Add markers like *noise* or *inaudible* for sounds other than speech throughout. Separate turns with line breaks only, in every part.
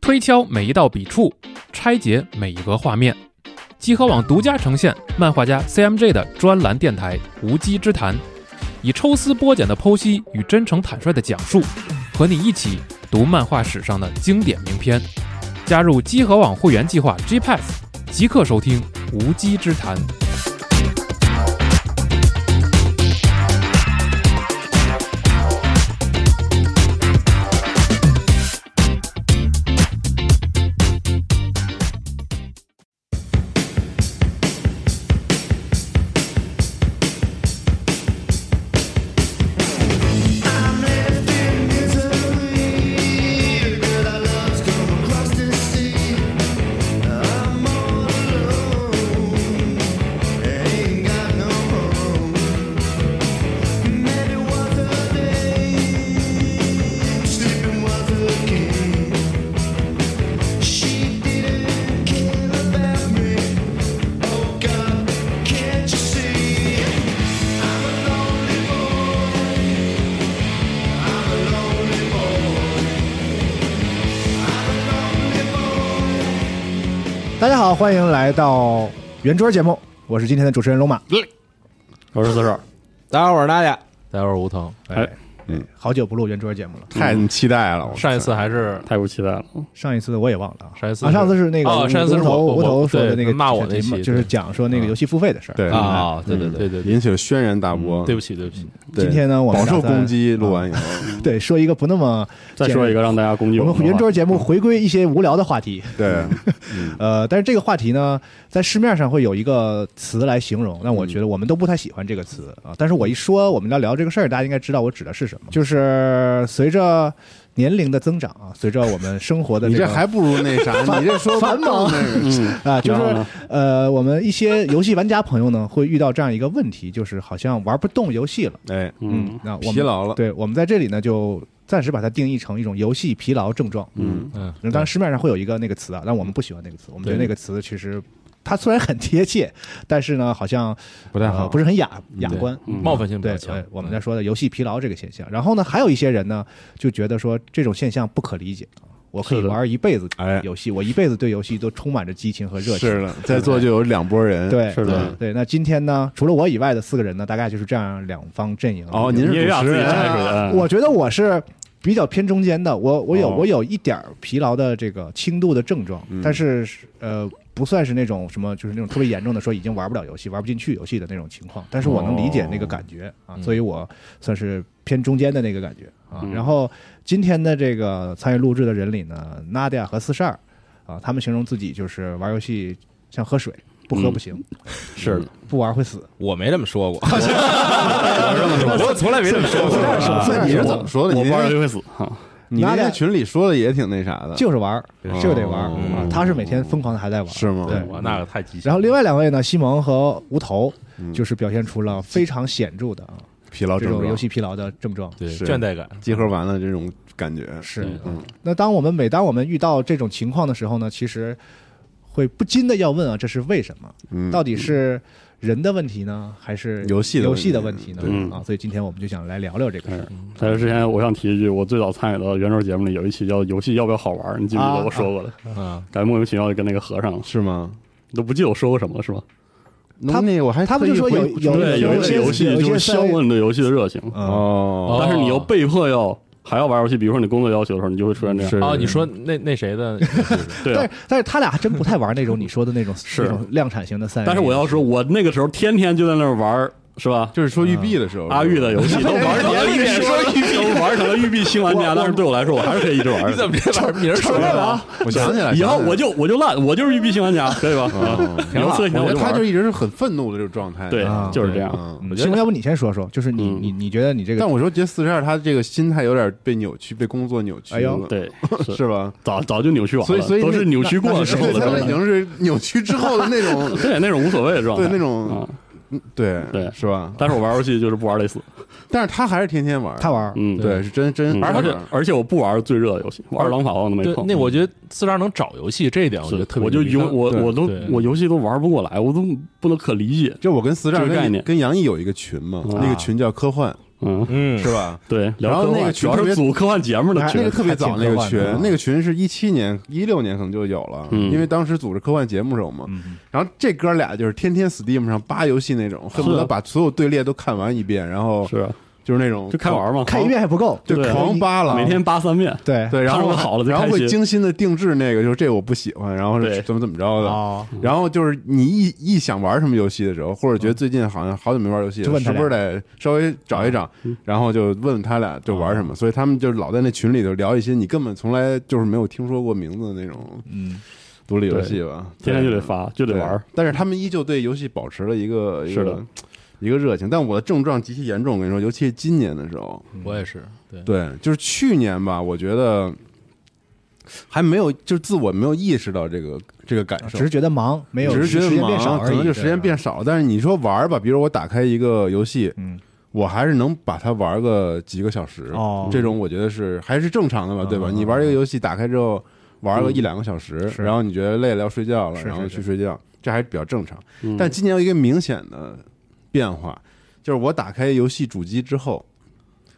推敲每一道笔触，拆解每一个画面。集合网独家呈现漫画家 CMJ 的专栏电台《无稽之谈》，以抽丝剥茧的剖析与真诚坦率的讲述，和你一起读漫画史上的经典名篇。加入集合网会员计划 G Pass，即刻收听《无稽之谈》。
大家好，欢迎来到圆桌节目，我是今天的主持人龙马。
我是四十，
大家好，我是大家。
待会儿吴腾，
好久不录圆桌节目了，
太
嗯
期待了！我
上一次还是
太不期待了。
上一次我也忘了啊。
上一次
啊，
是
上次是那个
哦
无
上一次是
无头
我
无头
我
说的
对
那个
骂我那
节目
期
就是
对嗯
讲说那个游戏付费的事儿。
对
啊，对对对，
嗯
对对对，
引起了轩然大波。
对不起对不起，
对
今天呢我们
饱受
打算
攻击，录完以后，
对，说一个不那么
再说一个让大家攻击
我
我
们
们
圆
的话
桌节目回归一些无聊的话题。
对，
呃，但是这个话题呢，在市面上会有一个词来形容，那我觉得我们都不太喜欢这个词啊。但是我一说我们要聊这个事儿，大家应该知道我指的是什么，就是随着年龄的增长啊，随着我们生活的
*laughs* 你
这
这
个
还不如那啥，你这说
*laughs* 繁忙
那
*laughs*
个
嗯，
啊，就
然后
是
呢
呃，我们一些游戏玩家朋友呢，会遇到这样一个问题，就是好像玩不动游戏了。
哎，
嗯，
啊那我们
疲劳了，
对我们在这里呢，就暂时把它定义成一种游戏疲劳症状。
嗯，
嗯，
那当然市面上会有一个那个词啊，但我们不喜欢那个词，我们觉得
对
那个词其实它虽然很贴切，但是呢，好像
不太
呃
好，
不
是
是很雅雅
对哎
观。
嗯
冒犯性比
对
较，强
呃。我们在说的游戏疲劳这个现象。然后呢，还有一些人呢，就觉得说这种现象不可理解。我可以
是的
玩一辈子
哎
游戏，我一辈子对游戏都充满着激情和热情。
是的，在座就有两拨人，，
对，
是的，
对，那今天呢，除了我以外的四个人呢，大概就是这样两方阵营。
哦，您
你也
是
把
主
自
持
己
人
摘出
啊，
来，
我觉得我是比较偏中间的，我我有、
嗯哦
我有一点儿疲劳的这个轻度的症状，但是是呃不算是那种什么，就是那种特别严重的说已经玩不了游戏、玩不进去游戏的那种情况，但是我能理解那个感觉、啊，所以我算是偏中间的那个感觉啊。然后今天的这个参与录制的人里呢，娜迪亚和四十二啊，他们形容自己就是玩游戏像喝水，不喝不行，
*laughs*
是的，
不玩会死。
我没这么说
*laughs*
过，我这么说，我从来没这么说过。
那啊你是怎么说的？
我
你
玩了
那
就会死啊哈。
你那天群里说的也挺那啥的，
就是玩儿，就得玩儿、
哦
啊！他是每天疯狂的还在玩儿，
是吗
*laughs*
对，
我那个太极限
然后另外两位呢，西蒙和无头，就是表现出了非常显著的啊
疲劳
这
哦症
种游
状，
戏疲劳的症状。
对
是
倦怠感，
集合完了这种感觉，
是啊
嗯，
那当我们每当我们遇到这种情况的时候呢，其实会不禁的要问啊，这是为什么？
嗯，
到底是人的问题呢，还是
游戏的
游
问题
戏的问题呢？
嗯
啊，所以今天我们就想来聊聊这个事儿。
在这之前，我想提一句，我最早参与到原著节目里有一期叫《游戏要不要好玩》，你记不记
啊
得我说过的？
嗯，
感觉莫名其妙就跟那个和尚了，
是吗？
你都不记得我说过什么了是吧？
他
那我还
他们就说
特意回
有有
对，有一
些
些游戏
有一
就是
些
消磨你对游戏的热情，
嗯，
哦，
但是你又被迫要还要玩游戏，比如说你工作要求的时候，你就会出现这样。
是
哦，你说那那谁的？
对啊
但是但是他俩还真不太玩那种你说的那种
是
那种量产型的三 A。
但是我要说，我那个时候天天就在那儿玩儿，是吧？
就是说玉璧的时候，
嗯阿玉的游戏都玩成了玉璧，都玩成了玉璧新玩家，但是对我来说，我还是可以一直玩
*laughs*
的。
你
*laughs*
怎么这把名儿说出来
了
了？
啊？
我想起来，
*laughs* 以后
想起来
我就我就烂，我就是育碧新玩家，可以吧？啊
挺好
有色情
哦我觉
我就
得他
玩
就一直是很愤怒的这种状态。
对
啊，
就是这样。
嗯。
嗯西蒙，要不你先说说，就是你
嗯
你你觉得你这个
但我说觉得四十二他这个心态有点被扭曲，被工作扭曲
哎呦
了，
对，是
是吧？
早早就扭曲完
所以所
了，
以
都是扭曲过
那
的时候
对
的
他
状
已
态。
经是扭曲之后的那
*laughs*
种，
对，那种无所谓的状态，
对那种嗯
啊。
对
对
是吧？
但是我玩游戏就是不玩累死，
但是他还是天天玩，
他玩儿
嗯，
对是真真
嗯。而且而且我不玩最热的游戏，玩狼法我都没
对
碰，。嗯
那我觉得四十二能找游戏这一点，我觉
是
得特别
我就
牛逼
游我
啊对
我都
对
我游戏都玩不过来，我都不能可理解。
就我跟四十二
这个概念
跟跟杨毅有一个群嘛，
啊
那个群叫科幻，
嗯，
嗯，
是吧？
对，
然后
聊科幻
那个
主要
群特别哎
是组科幻节目的
那
群
个，特别早那个
还挺
群
科幻的，
那个群是一七年、一六年可能就有了，
啊嗯
因为当时组织科幻节目时候嘛。
嗯，
然后这哥俩就是天天 Steam 上扒游戏那种，恨不得把所有队列都看完一遍，然后
是啊
就是那种
就开玩嘛，
看一遍还不够，
就
对
狂扒了，
每天扒三遍，
对
对，然
看
后
着好了就
然后
开
会
心
精心的定制那个，就是这我不喜欢，然后是
对啊
怎么怎么着的。
哦，
嗯
然后就是你一一想玩什么游戏的时候，或者觉得最近好像好久没玩游戏
就
了，
问
是
他
不是得稍微找一找
嗯，哦
然后就问问他俩就玩什么？所以他们就老在那群里头聊一些你根本从来就是没有听说过名字的那种
嗯，
独立游戏吧，
天天就得
对
发，就得玩儿。。
对但是他们依旧对游戏保持了一个一
是
个
的
一个热情，但我的症状极其严重，我跟你说，尤其是今年的时候，
嗯
我也是，对，
对，就是去年吧，我觉得还没有，就是自我没有意识到这个这个感受
只是，觉得忙，没有
只是觉得
时间
忙，
变少而
可
已，啊
能就时间变少。但是你说玩儿吧，比如我打开一个游戏，
嗯，
我还是能把它玩个几个小时，
哦
这种我觉得是还是正常的吧，对吧？
嗯
你玩一个游戏打开之后玩个一两个小时，
是
然后你觉得累了要睡觉了，
是是
然后
是
去睡觉，这还是比较正常。
嗯
但今年有一个明显的变化，就是我打开游戏主机之后，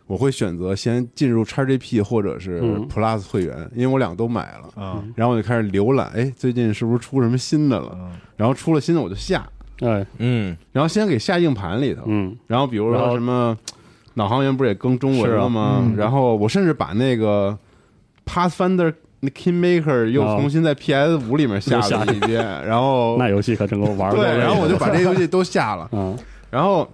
我会选择先进入 XGP 或者是
嗯
Plus 会员，因为我俩都买了，
啊，
然后我就开始浏览，哎，最近是不是出什么新的了？
嗯
然后出了新的我就下，
哎，
嗯，
然后先给下硬盘里头，
嗯，
然后比如
然
说
后
什么，脑航员不是也更中文了吗？
是啊嗯
然后我甚至把那个 Pathfinder 那 Kingmaker 又
哦
重新在 PS 五里面下
又下
了一遍，然后
那游戏可真够玩儿过
哦对，
了。
然后我就把这游戏都下
*laughs*
了，
嗯
然后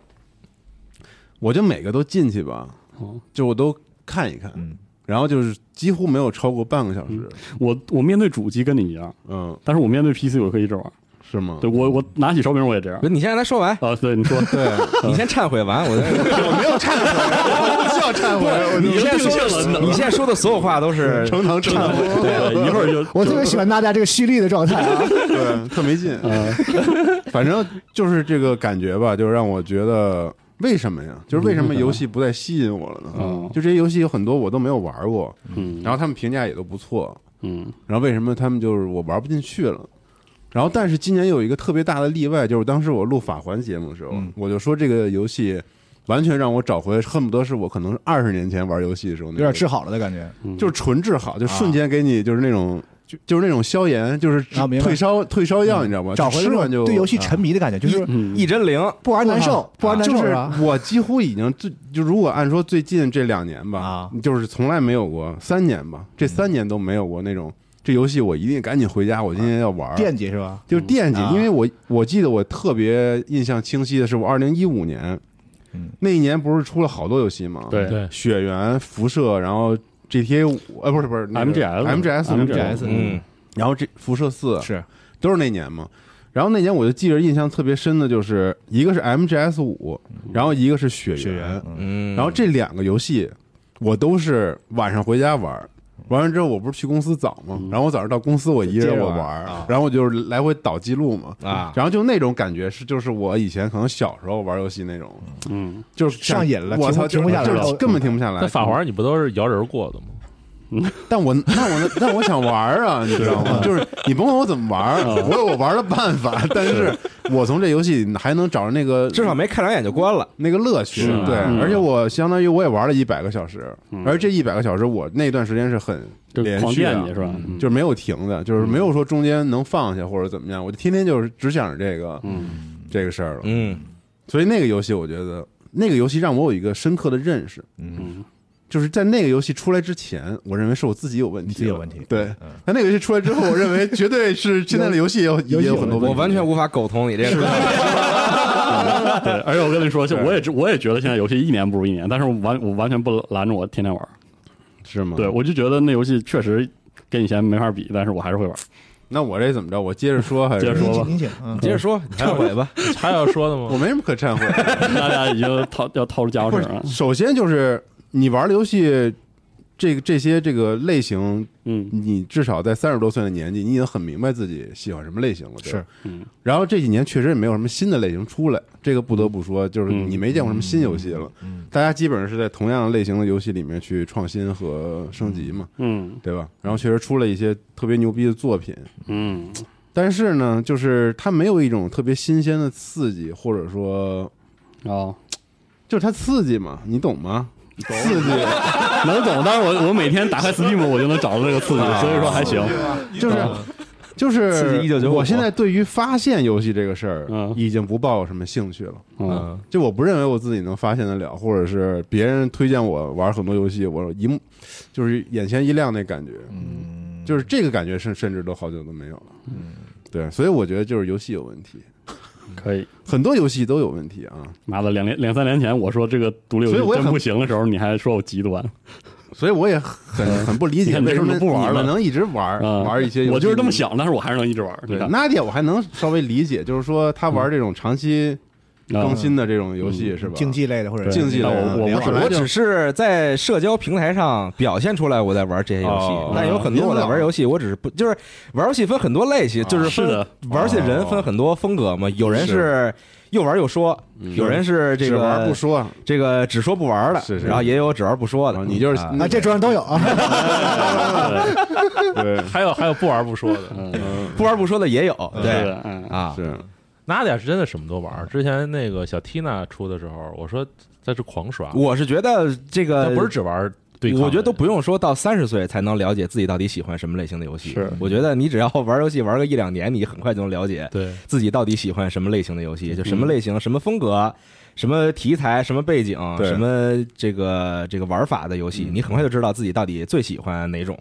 我就每个都进去吧
哦，
就我都看一看，
嗯
然后就是几乎没有超过半个小时，
我我面对主机跟你一样，
嗯，
但是我面对 PC 我可以一直玩儿。
是吗？
对我我拿起手柄我也这样
不。是你先让他
*laughs*
说完，
啊，对你说，
对，
你先忏悔完，我再。
我没有忏悔， *laughs* 我不需要忏悔，我
你
就
现在
定
说
性
的，
了
你现在说的所有话都
*laughs*
是
成堂忏悔，
对，一会
*laughs*
儿就
我特别喜欢大家这个蓄力的状态 *laughs* 啊，
对，特没劲。
嗯
*laughs* 反正就是这个感觉吧，就让我觉得为什么呀？就是为什么游戏不再吸引我了呢？
嗯
*laughs* 就这些游戏有很多我都没有玩过，
嗯，
然后他们评价也都不错，
嗯
然后为什么他们就是我玩不进去了？然后，但是今年有一个特别大的例外，就是当时我录法环节目的时候，
嗯
我就说这个游戏完全让我找回，恨不得是我可能二十年前玩游戏的时候那
有
个
点治好了的感觉，
就是纯治好，就瞬间给你就是那种。就就是那种消炎，就是
啊明白
退烧退烧药，你知道吗？
找回
吃
那
完就
种对游戏沉迷的感觉，就是
嗯，
一针灵，
不玩难受啊，不玩难
就
受
是
吧？
我几乎已经最就如果按说最近这两年吧，
啊嗯
就是从来没有过三年吧，这三年都没有过那种、这游戏我一定赶紧回家，我今天要玩儿，
惦记是吧？
就是惦记，
啊
因为我我记得我特别印象清晰的是我二零一五年、
嗯
那一年不是出了好多游戏吗？，
对
对
血缘、呃辐射，然后 GTA 五，呃，不是不是、那个
MGS
MGS 五
MGS
嗯，
然后这辐射四
嗯是
都是那年嘛。然后那年我就记着印象特别深的就是一个是 MGS 五，然后一个是血
血缘，嗯
嗯，
然后这两个游戏我都是晚上回家玩儿，玩完之后我不是去公司早嘛，然后我早上到公司我一个人我玩
嗯接着玩
儿
啊，
然后我就是来回导记录嘛。
嗯
啊，
然后就那种感觉是，就是我以前可能小时候玩游戏那种，
嗯，
就是想
上瘾了
我操，
停不
就是
下来了
就是根本停不下来
那。法环你不都是摇人过的吗？
但我那我那我想玩儿啊，你知道吗？就是你甭管我怎么玩儿，我有我玩儿的办法，但是我从这游戏还能找着那个
至少没看两眼就关了，
那个乐趣
是啊，
对，
嗯
而且我相当于我也玩了一百个小时，
嗯
而这一百个小时我那段时间是很
就
连
狂
续啊
惦
的
记是吧？嗯
就是没有停的，就是没有说中间能放下或者怎么样，我就天天就是只想着这个
嗯
这个事儿了。
嗯，
所以那个游戏，我觉得那个游戏让我有一个深刻的认识，
嗯，
就是在那个游戏出来之前，我认为是我自己有问题，
你自己有问题
对
嗯，
那那个游戏出来之后，我认为绝对是现在的游戏也有
游
也
戏有
有很多问
我
题。
完全无法苟同你这个，
对，而且我跟你说，就
对
我也知我也觉得现在游戏一年不如一年，但是我完我完全不拦着我天天玩儿。
是吗？
对，我就觉得那游戏确实跟以前没法比，但是我还是
*laughs*
会玩儿。
那我这怎么着？我接着说还是
接着
您
说吧
请您请，嗯，
接着说，忏悔
*laughs*
吧，
还要说的
我
吗？
没什么可忏悔的。
大家已经掏要掏出家伙
不
事
是
儿了，。
首先就是你玩的游戏，这个这些这个类型，
嗯
你至少在三十多岁的年纪，你已经很明白自己喜欢什么类型了。对吧
是，
嗯。
然后这几年确实也没有什么新的类型出来，这个不得不说，就是
嗯
你没见过什么新游戏了。大家基本上是在同样类型的游戏里面去创新和升级嘛，
嗯
对吧？然后确实出了一些特别牛逼的作品，
嗯
但是呢，就是它没有一种特别新鲜的刺激，或者说
哦，
就是它刺激嘛，你懂吗？刺
*laughs*
激，
能懂。但是我我每天打开 Steam 我就能找到这个刺激，
啊
所以说还行。
就是就是
刺激1995
我现在对于发现游戏这个事
嗯
儿，已经不抱有什么兴趣了。
嗯，
就我不认为我自己能发现得了，或者是别人推荐我玩很多游戏，我一目就是眼前一亮那感觉，嗯，就是这个感觉甚甚至都好久都没有了，嗯，对，所以我觉得就是游戏有问题，嗯
可以。
很多游戏都有问题啊，
妈的，两年两三年前我说这个独立游
所以
戏
我也
真
很
不行的时候，你还说我极端，
所以我也很很不理
*laughs* 你
解
看
为什
为
么
什么不玩了
你们能一直玩
啊
玩一些游戏，
我就是这么。想，但是我还是能一直玩。你
对，
看，
那点我还能稍微理解，就是说他玩这种长期
啊
更新的这种游戏是吧？
竞技类的或者
对
嗯竞技类的，
我
连
我
玩
本
我只是在社交平台上表现出来我在玩这些游
哦
戏，但有很多我在玩游戏，我只是不就是玩游戏分很多类
哦
型，就是
是
分
的，
玩游戏的人分很多风格嘛，有人是又玩又说，
嗯
有人是这
只玩
个
不说，
这个只说不玩的
是，是
然后也有只玩不说的
啊，你就是
啊
啊，这桌上都有啊，
对
对，
还有还有不玩不说的，
嗯，
不玩不说的也有，
是
对
的，嗯，
啊，
是
*laughs* 娜姐是真的什么都玩儿。之前那个小 Tina 出的时候，我说她是狂刷，
我是觉得这
她
个
不是只玩儿对抗的，
我觉得都不用说到三十岁才能了解自己到底喜欢什么类型的游戏。
是
我觉得你只要玩游戏玩个一两年，你很快就能了解 *laughs*
对，
自己到底喜欢什么类型的游
嗯
戏，就什么类型、什么风格、什么题材、什么背景、
对嗯
什么这个这个玩法的游戏，你很快就知道自己到底最喜欢哪种。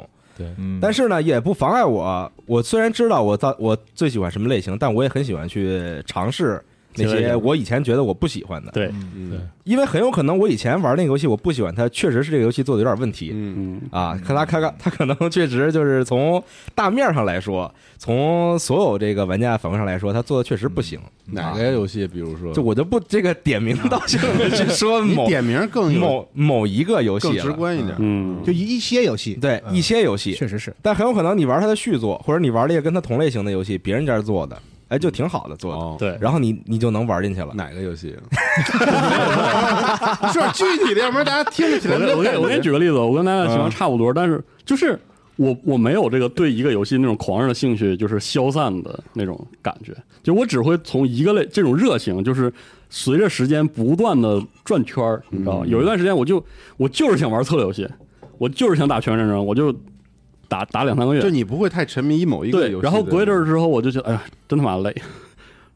嗯
但是呢，也不妨碍我，我虽然知道我到我最喜欢什么类型，但我也很喜欢去尝试。那
新类
些
型
我以前觉得我不喜欢的，
对，
嗯
因为很有可能我以前玩那个游戏我不喜欢它，确实是这个游戏做的有点问题，
嗯
嗯，
啊，看他看看他可能确实就是从大面上来说，从所有这个玩家反馈上来说，他做的确实不行。
哪个游戏？比如说，
就我就不这个点名道姓的去说
你
某
点名更有
某某一个游戏
更
了
直观一点。
嗯，
就一一些游戏，
对
嗯
一些游戏，
确实是，
但很有可能你玩他的续作，或者你玩了一个跟他同类型的游戏，别人家做的，哎，就挺好的做的，
哦，
对，
然后你你就能玩进去了。
哪个游 *laughs* 戏？说点具体的，要不然大家听不起来
我给
那
我给
感
我给你
觉。嗯
举个例子，我跟大家的情况差不多，但是就是我我没有这个对一个游戏那种狂热的兴趣，就是消散的那种感觉，就我只会从一个类这种热情，就是随着时间不断的转圈儿，你知道吗？
嗯
有一段时间我就我就是想玩策略游戏，我就是想打全战争，我就打打两三个月，
就你不会太沉迷于某一个
对
游，戏，
然后隔一阵儿之后，我就觉得哎呀，真他妈累。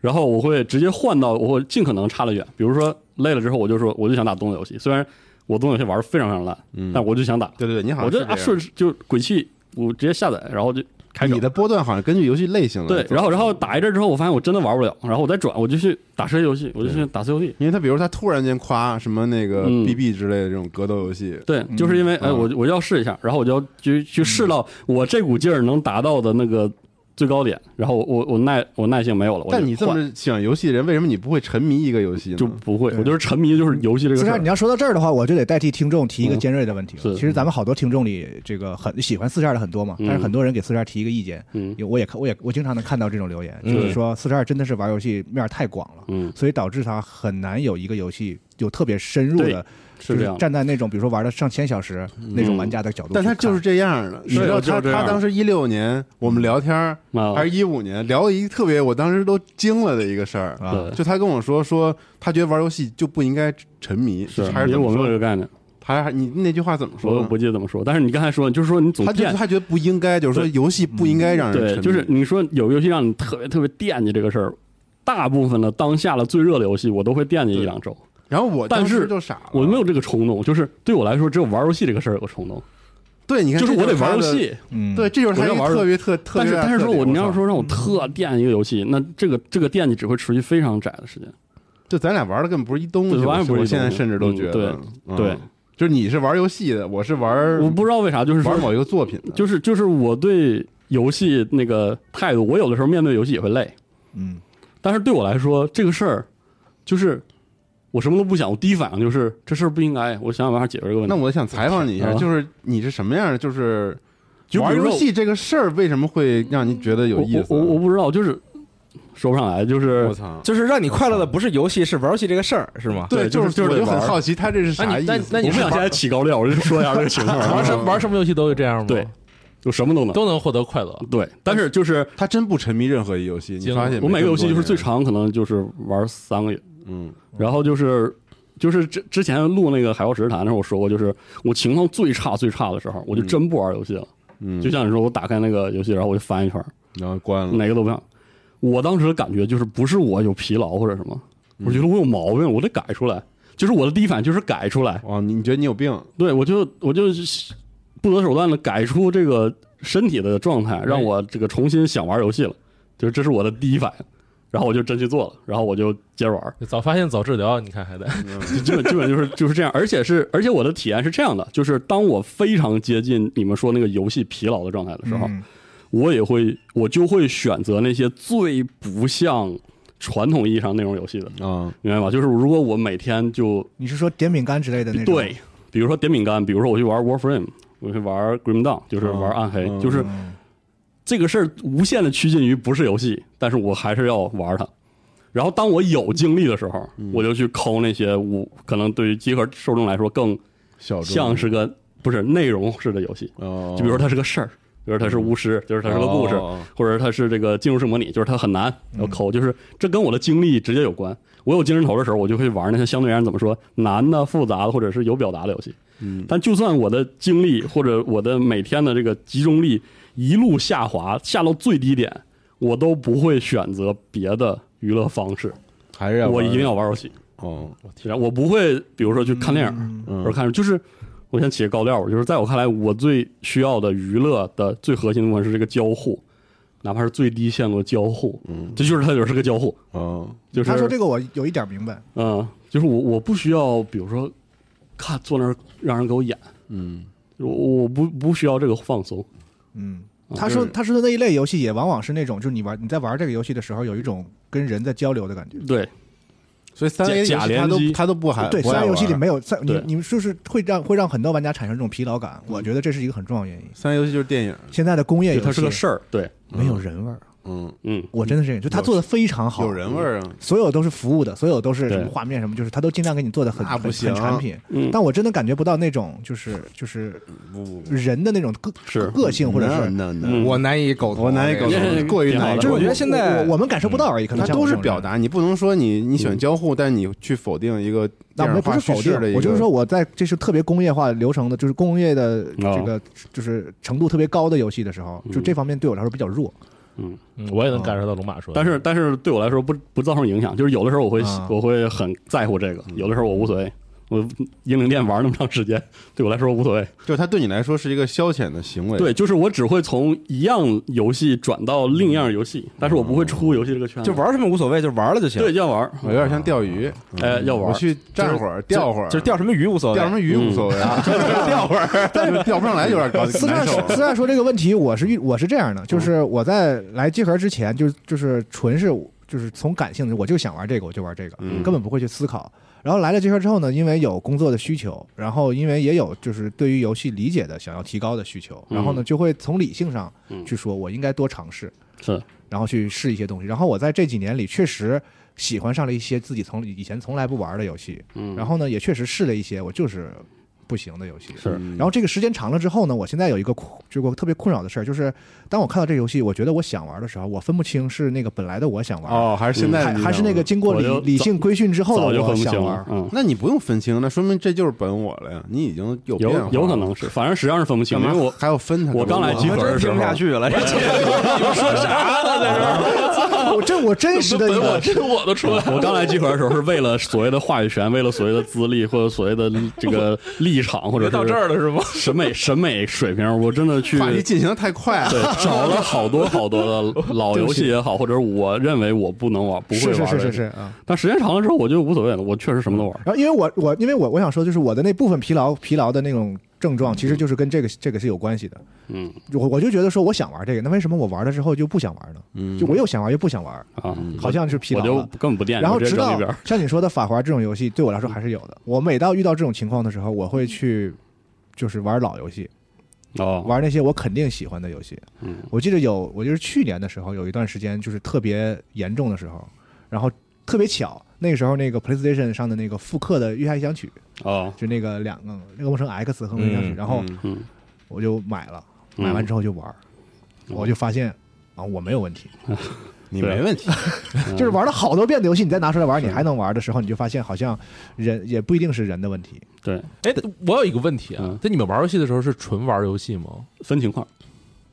然后我会直接换到，我会尽可能差得远。比如说累了之后，我就说我就想打动作游戏，虽然我动作游戏玩的非常非常烂，
嗯
但我就想打。
对对对，你好
我
像
就是
这
啊
样
顺势就鬼泣，我直接下载，然后就开始
你的波段好像根据游戏类型来
对，
走
然后然后打一阵之后，我发现我真的玩不了，然后我再转，我就去打射击游戏，我就去打 COD。
因为他比如他突然间夸什么那个
嗯
BB 之类的这种格斗游戏，
对，就是因为
嗯
哎，我我要试一下，然后我就要去去试到我这股劲儿能达到的那个最高点，然后我我我耐我耐性没有了，我就
但你这
换
么喜欢游戏的人，为什么你不会沉迷一个游戏呢？
就不会，我就是沉迷就是游戏这个
实际
事儿
上你。要说到这儿的话，我就得代替听众提一个尖锐的问题了。
嗯是
其实咱们好多听众里，这个很喜欢四十二的很多嘛，
嗯
但是很多人给四十二提一个意见，
嗯
有我也看，我也我经常能看到这种留言，
嗯
就是说四十二真的是玩游戏面儿太广了，
嗯，
所以导致他很难有一个游戏有特别深入
对
的，
是
就
这
是
样的。嗯
站在那种比如说玩了上千小时那种玩家的角度去
但
看，
他就是这样的，你知道
我就
他
这样
他当时一六年我们聊天儿
啊
还是一五年聊了一特别，我当时都惊了的一个事儿，
啊
对，
就他跟我说说，他觉得玩游戏就不应该沉迷，
是
还是
因为
怎
我
么
没有这
说？
个概念，
他还你那句话怎么
我
说
我
呢？
不记得怎么说。但是你刚才说，就是说你总
他就
惦
是他觉得不应该，就是说
对嗯
游戏不应该让人沉迷，
对，就是你说有游戏让你特别特别惦记这个事儿，大部分的当下的最热的游戏，我都会惦记一两周。
然后我
但
当
是
时就傻了，
我没有这个冲动，就是对我来说，只有玩游戏这个事儿有个冲动，
对，你看，
就是
这
我得
他
玩游
的，
戏。
嗯，
对，，这就是他
我
一
要
个
玩
特别特特
但
别
是
大的
但是说
特
我
点
你要
操嗯
说让我特惦记一个游戏，那这个这个惦记只会持续非常窄的时间。
就咱俩玩的根本不是一东西，
对完
我
全不是
我
一
现在
东西
甚至都
嗯
觉
对
得，嗯
对，
就是你是玩游戏的，我是玩
我不知道为啥，就是说
玩某一个作品的，
就是就是我对游戏那个态度，我有的时候面对游戏也会累，
嗯，
但是对我来说这个事儿，就是我什么都不想，我第一反应就是这事儿不应该，我想想办法解决这个问
那
题。
我想采访你一下，
啊
就是你是什么样的？就是
就比
玩
如
游
说
戏这个事儿，为什么会让你觉得有
我
意思？啊
我我我不知道，就是说不上来，就是
我操！
就是让你快乐的不是游戏，是玩游戏这个事儿，是吗？
对，
对就是
是我
就是
就
得玩
很好奇，他这是
那
啥
你
意
那
思？
那你
我不
是
想现在起高调，我就说一下这个情况。
玩什么玩什么游戏都会这样吗？
对有什么都能
都能获得快乐。
对，但是就是
他真不沉迷任何一游戏，你
行
发现没
我每个游戏就是最
这么
长可能就是玩三个月，
啊多年嗯，
然后就是就是之之前录那个《海妖石谈》的时候，我说过，就是我情况最差最差的时候，我就真不玩游戏了。
嗯，
就像你说，我打开那个游戏，然后我就翻一圈，
然后关了，
哪个都不想。我当时的感觉就是，不是我有疲劳或者什么，我觉得我有毛病，我得改出来。就是我的第一反应就是改出来，
哇，你你觉得你有病？
对我就我就不择手段的改出这个身体的状态，让我这个重新想玩游戏了。就是这是我的第一反应，然后我就真去做了，然后我就接着玩。
早发现早治疗，你看
*laughs*
还在
就基本基本就是就是这样，而且是而且我的体验是这样的，就是当我非常接近你们说那个游戏疲劳的状态的时候，
嗯
我也会我就会选择那些最不像传统意义上那种游戏的，
啊，
明白吧？就是如果我每天就
你是说点饼干之类的那种？
对，比如说点饼干，比如说我去玩 Warframe，我去玩 Grim Dawn，就是玩暗黑，
嗯
就是
嗯，
这个事儿无限的趋近于不是游戏，但是我还是要玩它。然后当我有精力的时候，
嗯
我就去抠那些我可能对于集合受众来说更
小众
像是个不是内容式的游戏，
哦，
就比如说它是个事儿，比如说它是巫师，就是它是个故事，
嗯哦
或者它是这个进入式模拟，就是它很难要抠，就是这跟我的经历直接有关。我有精神头的时候，我就会玩那些相对而言怎么说难的、复杂的，或者是有表达的游戏。
嗯
但就算我的精力或者我的每天的这个集中力一路下滑，下到最低点，我都不会选择别的娱乐方式，
还是要
我一定
要
要玩游戏。
哦，
然后我不会，比如说去看电影，
嗯
或者看，就是我先起个高调，就是在我看来，我最需要的娱乐的最核心的部分是这个交互，哪怕是最低限度的交互，
嗯
这就是它就是个交互，
哦，
就是
他说这个我有一点明白，
嗯，就是我我不需要，比如说看坐那儿让人给我演，
嗯
我我不不需要这个放松，
嗯。
啊
他说
就是
他说的那一类游戏也往往是那种，就是你玩你在玩这个游戏的时候，有一种跟人在交流的感觉。
对
所以三 A 游戏
假
他
联
都
机
他都不还
对，
不爱
三 A 游戏
玩
里没有三，你
对嗯
你们就是会让会让很多玩家产生这种疲劳感，我觉得这是一个很重要原因。
三 A 游戏就是电影，
现在的工业
就
游戏
它是个事儿，对，
没有人味儿，
嗯，
嗯，
我真的是这样，就他做的非常好，
有人味儿啊，
所有都是服务的，所有都是
对
什么画面什么，就是他都尽量给你做的很
那
很
不行
很产品。
嗯
但我真的感觉不到那种就是就是
不不不，
人的那种个
是
个性，或者是
那那
嗯
我难以苟同，
我难以
这个
苟
这
同，
个
过于
挺好
难以
的
苟同，
就是我觉得现在
我我我们感受不到而已，可能
它
像
都
我这
是
种人嗯
表。达，你不能说你你喜欢交互，但是你去否定一个
那
电
我
影
们不
化
是
叙
否
事
定
的一，个，
我就是说我在这是特别工业化流程的，就是工业的这个就是程度特别高的游戏的时候，就这方面对我来说比较弱。
嗯，我也能感受到龙马说的，
但是但是对我来说不不造成影响，就是有的时候我会、
啊
我会很在乎这个，有的时候我无所谓。我英灵殿玩那么长时间，对我来说无所谓。
就是它对你来说是一个消遣的行为，
对，就是我只会从一样游戏转到另一样游戏，但是我不会出游戏这个圈子。
就玩什么无所谓，就玩了就行。
对，要玩儿，
我有点像钓鱼，
哎，要玩
我
儿。
去站会儿钓会儿，啊
就是钓什么鱼无所谓，
钓什么鱼无所谓啊，*laughs*
嗯
钓会儿，但
*laughs*
是钓不上来有点 *laughs* 搞
私
难
下
受啊嗯
私。下说这个问题，我是遇我是这样的，就是我在来集合之前，就是就是纯是就是从感性的，我就想玩这个，我就玩这个，
嗯
根本不会去思考。然后来了集合之后呢，因为有工作的需求，然后因为也有就是对于游戏理解的想要提高的需
嗯
求，然后呢就会从理性上去说，我应该多尝试，
是，
然后去试一些东西。然后我在这几年里确实喜欢上了一些自己从以前从来不玩的游戏，
嗯，
然后呢也确实试了一些我就是不行的游戏，
是
然后这个时间长了之后呢，我现在有一个苦，就我特别困扰的事儿，就是当我看到这个游戏，我觉得我想玩的时候，我分不清是那个本来的我想玩，
哦，还是现在
还
你
还是那个经过
我就
理理性规训之后
早
的
就
我
分不
想
清
玩
了。。嗯，
那你不用分清，那说明这就是本我了呀，你已经有变
有
化了，
有可能是，反正实际上是分不清，
干
因
嘛
为
*laughs*
我
还要分它？
我刚来
我
集
我
合
真
的时
听不
候，
下去了，这你们说啥呢？这是。
我哦这我
*laughs*
真实的一个，
真我都
*laughs*
出来
我刚来集合的时候是为了所谓的话语权，为了所谓的资历或者所谓的这个立场，或
别
者
*laughs*
是
到这儿了是吗？
审美审美水平，我真的去
话题进行得太快了，
对，找了好多好多的老
*laughs*
游戏也好，或者我认为我不能玩、不会
是
玩
是
的，
是是是啊。
但时间长了之后，我就无所谓了，我确实什么都玩。
然后因为我我因为我我想说，就是我的那部分疲劳疲劳的那种症状，其实就是跟这个这个是有关系的。
嗯
我我就觉得说我想玩这个，那为什么我玩了之后就不想玩呢？
嗯
就我又想玩又不想玩，
啊，
好像是疲
我
劳
就
了。
根本不惦记，
然后
我直
直
接扔一
到
边儿。
像你说的法华这种游戏，对我来说还是有的。我每到遇到这种情况的时候，我会去就是玩老游戏，
哦，
玩那些我肯定喜欢的游戏。
嗯
我记得有，我就是去年的时候有一段时间就是特别严重的时候，然后特别巧，那个时候那个 PlayStation 上的那个复刻的《月下异想曲
哦》，，
就那个两个那个梦城 X 和梦城异想曲，
嗯
然后
嗯，
我就买了，
嗯哦嗯
买完之后就玩，我就发现啊我没有问题。
你没问题，
就是玩了好多遍的游戏，你再拿出来玩，你还能玩的时候，你就发现好像人也不一定是人的问题。
对，
哎，我有一个问题啊
嗯，
在你们玩游戏的时候是纯玩游戏吗？
分情况。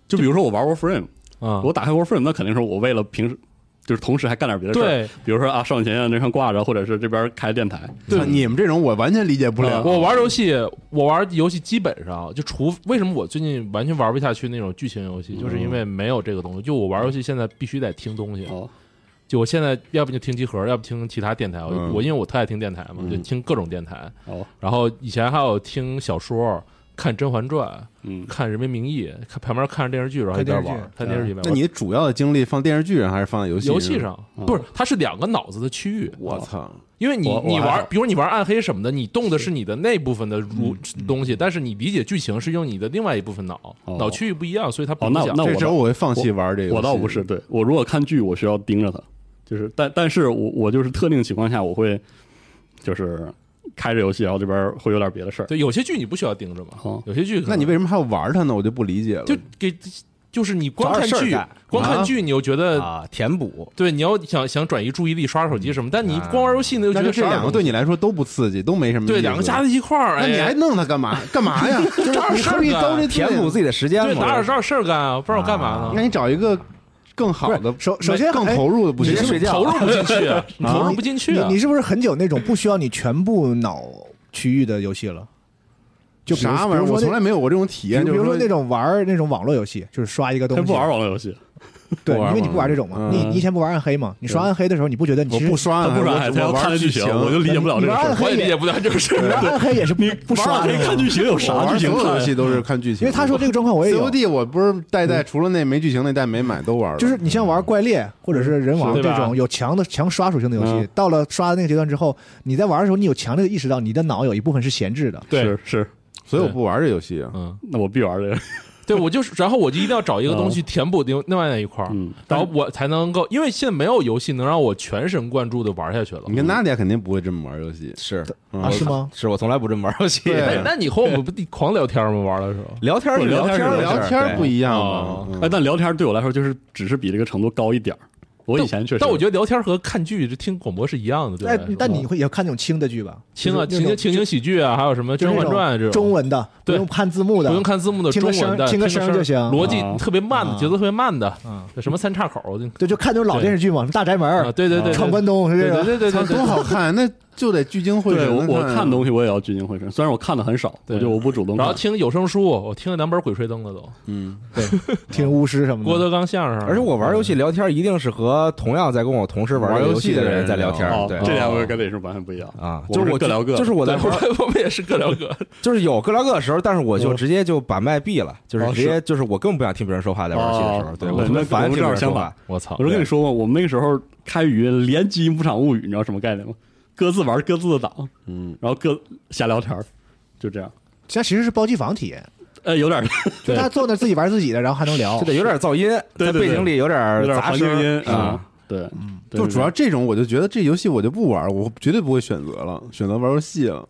就比如说我玩 Warframe，
啊，
我打开 Warframe，那肯定是我为了平时就是同时还干点别的事儿，
对
比如说啊上前线那上挂着，或者是这边开电台，
对你们这种我完全理解不了。
啊我玩游戏，我玩游戏基本上就除为什么我最近完全玩不下去那种剧情游戏，就是因为没有这个东西。就我玩游戏现在必须得听东西，
嗯哦，
就我现在要不就听集合，要不听其他电台。我
嗯
我因为我特爱听电台嘛，
嗯
就听各种电台。
哦，
然后以前还有听小说。看《甄嬛传
嗯》，，
看《人民名义》，看旁边看着电视剧，然后一边玩，看
看
电
电
视
视
剧
剧
一边
那
玩。
你主要的精力放电视剧上还是放在游戏
游戏？上
嗯
不是，它是两个脑子的区域。
我操！
因为你
我我
你
还
玩
好，
比如你玩暗黑什么的，你动的是你的那部分的如东西，但是你理解剧情是用你的另外一部分脑，
哦
脑区域不一样，所以它不
哦
影
那
响。
那我
这时候
倒
我会放弃玩这个游戏
我倒不是，对我如果看剧，我需要盯着它，就是但但是我我就是特定情况下，我会就是开着游戏，然后这边会有点别的事儿，
对有些剧你不需要盯着嘛，
哦
有些剧可能
那你为什么还要玩它呢？我就不理解了。
就给就是你光看
找点
剧
事儿干，
光看
啊
剧你又觉得
啊，填补
对你要想想转移注意力刷手机什么，但你光玩游戏呢又觉
那
得
就这
啥
两个对你来说都不刺激，都没什么。
对两个加在。一块儿，
那你
哎
还弄它干嘛？干嘛呀？就是
找点
你
事儿
何必
干
遭这罪
填补自己的时间
对
嘛，
打点事儿干啊，不然我干嘛
呢？
呢？
那你找一个更好的，
首首先
更
哎
投入的不行
你是
吗
睡觉
投入不进去啊，你投入不进去啊
你你是不是很久那种不需要你全部脑区域的游戏了？就比如
啥玩意
比
儿？
如说
我
那
从来没有过这种体
比
验，
如比
就是
如说那种玩儿那种网络游戏，就是刷一个东
他
西，
不玩网络游戏，
对，
不玩
因为你
网
不玩这种嘛
嗯。
你你以前不玩暗黑嘛？你刷暗黑的时候，你不觉得你
我
其实
不刷
他
暗黑，
不然还
啊我
他要
我玩
看剧情，我就理解不了这
你
个
玩
事
暗
儿。
黑
我也理解不了这个事
你
儿
玩
啊。
暗黑也是不不
玩
刷
暗
的
黑看
嘛？
剧情有
我
啥
玩
剧情
所有
看
游？戏都是看剧情的，
因为他说这个状况我也有，
COD 我不是代代除了那没剧情那代没买都玩了，
就是你像玩怪猎或者
嗯
是人王
是对
这
吧
种有强的强刷属性的游戏
嗯，
到了刷的那个阶段之后，你在玩的时候，你有强烈的意识到你的脑有一部分是闲置的。
对
是是，
所以我不玩这游戏啊。
嗯，
那我必玩这个。
*laughs* 对我就是，然后我就一定要找一个东西填补另另外那一块儿，
嗯，
然
但
后
是
我才能够，因为现在没有游戏能让我全神贯注的玩下去了。
你
嗯
看娜姐肯定不会这么玩游戏，
是
嗯
啊，是吗？
是我从来不这么玩游戏，
对
哎，那你和我们不得狂聊天吗？玩的时候，
聊天儿是
不聊天
天
儿
儿
是
的事儿，
聊天儿不
对
一样
哦
嘛？
*laughs* 哎，
嗯
但聊天对我来说就是只是比这个程度高一点儿。 *laughs* 我以前确实，
但我觉
得
得聊天和看剧、这听广播是一样的，对
哎
吧？，
但你会也看那种轻的剧吧？
轻啊，
就
情
是
景
那种
情景喜剧啊，还有什么《
就
甄
是那
嬛
种
传》这
中文的，不
对
用看字幕的，
不用看字幕的
听
中
个
文的，
声听个
听
声就行
逻辑
啊
特别慢的，
啊
节奏特别慢的，
嗯
什么三岔口就
对，就看那种老电视剧嘛，什么《大宅门》
啊，对对对，
闯
对
关东》是
对
这
对
个。
对对对，对
多好看，那就得聚精会
对
神。
我我看
看
东西我也要聚精会神，虽然我看的很少，
对
我就我不主动
然
看。
后听有声书，我听了两本《鬼吹灯》了都，
嗯，
听巫师什么的。
郭德纲相声，
而且我玩游戏聊天儿一定是和同样在跟我同时玩
玩
游
游戏
的
的
人
人
在聊
聊
天儿，
哦
对，
这两个跟那是完全不一样。
啊，
我
就
们是
我
各聊各的
就是我在
对，
*laughs*
玩
我们我们也是各聊各，
就是有各聊各的时候，但是我就
我
直接就把麦闭了，就是
嗯哦
直接就是我更不想听别人说话，在玩游戏的时候，
哦
对
对
我特别
那
烦
我们正
听别
好
人说
相
话
反。
我操
我就跟你说过，我们那个时候开语音连基因不场物语，你知道什么概念吗？各自玩各自的档，
嗯，
然后各瞎聊天儿，就这样。
这其实是包机房体验，
呃，有点儿
就他坐那儿自己玩自己的，然后还能聊
就。得有点噪音，
哦对对
在
对
背景里有点
有点儿
杂
环
声
境音
儿啊。
啊，对，对
就主要这种，我就觉得这游戏我就不玩，我绝对不会选择了，选择玩游戏了。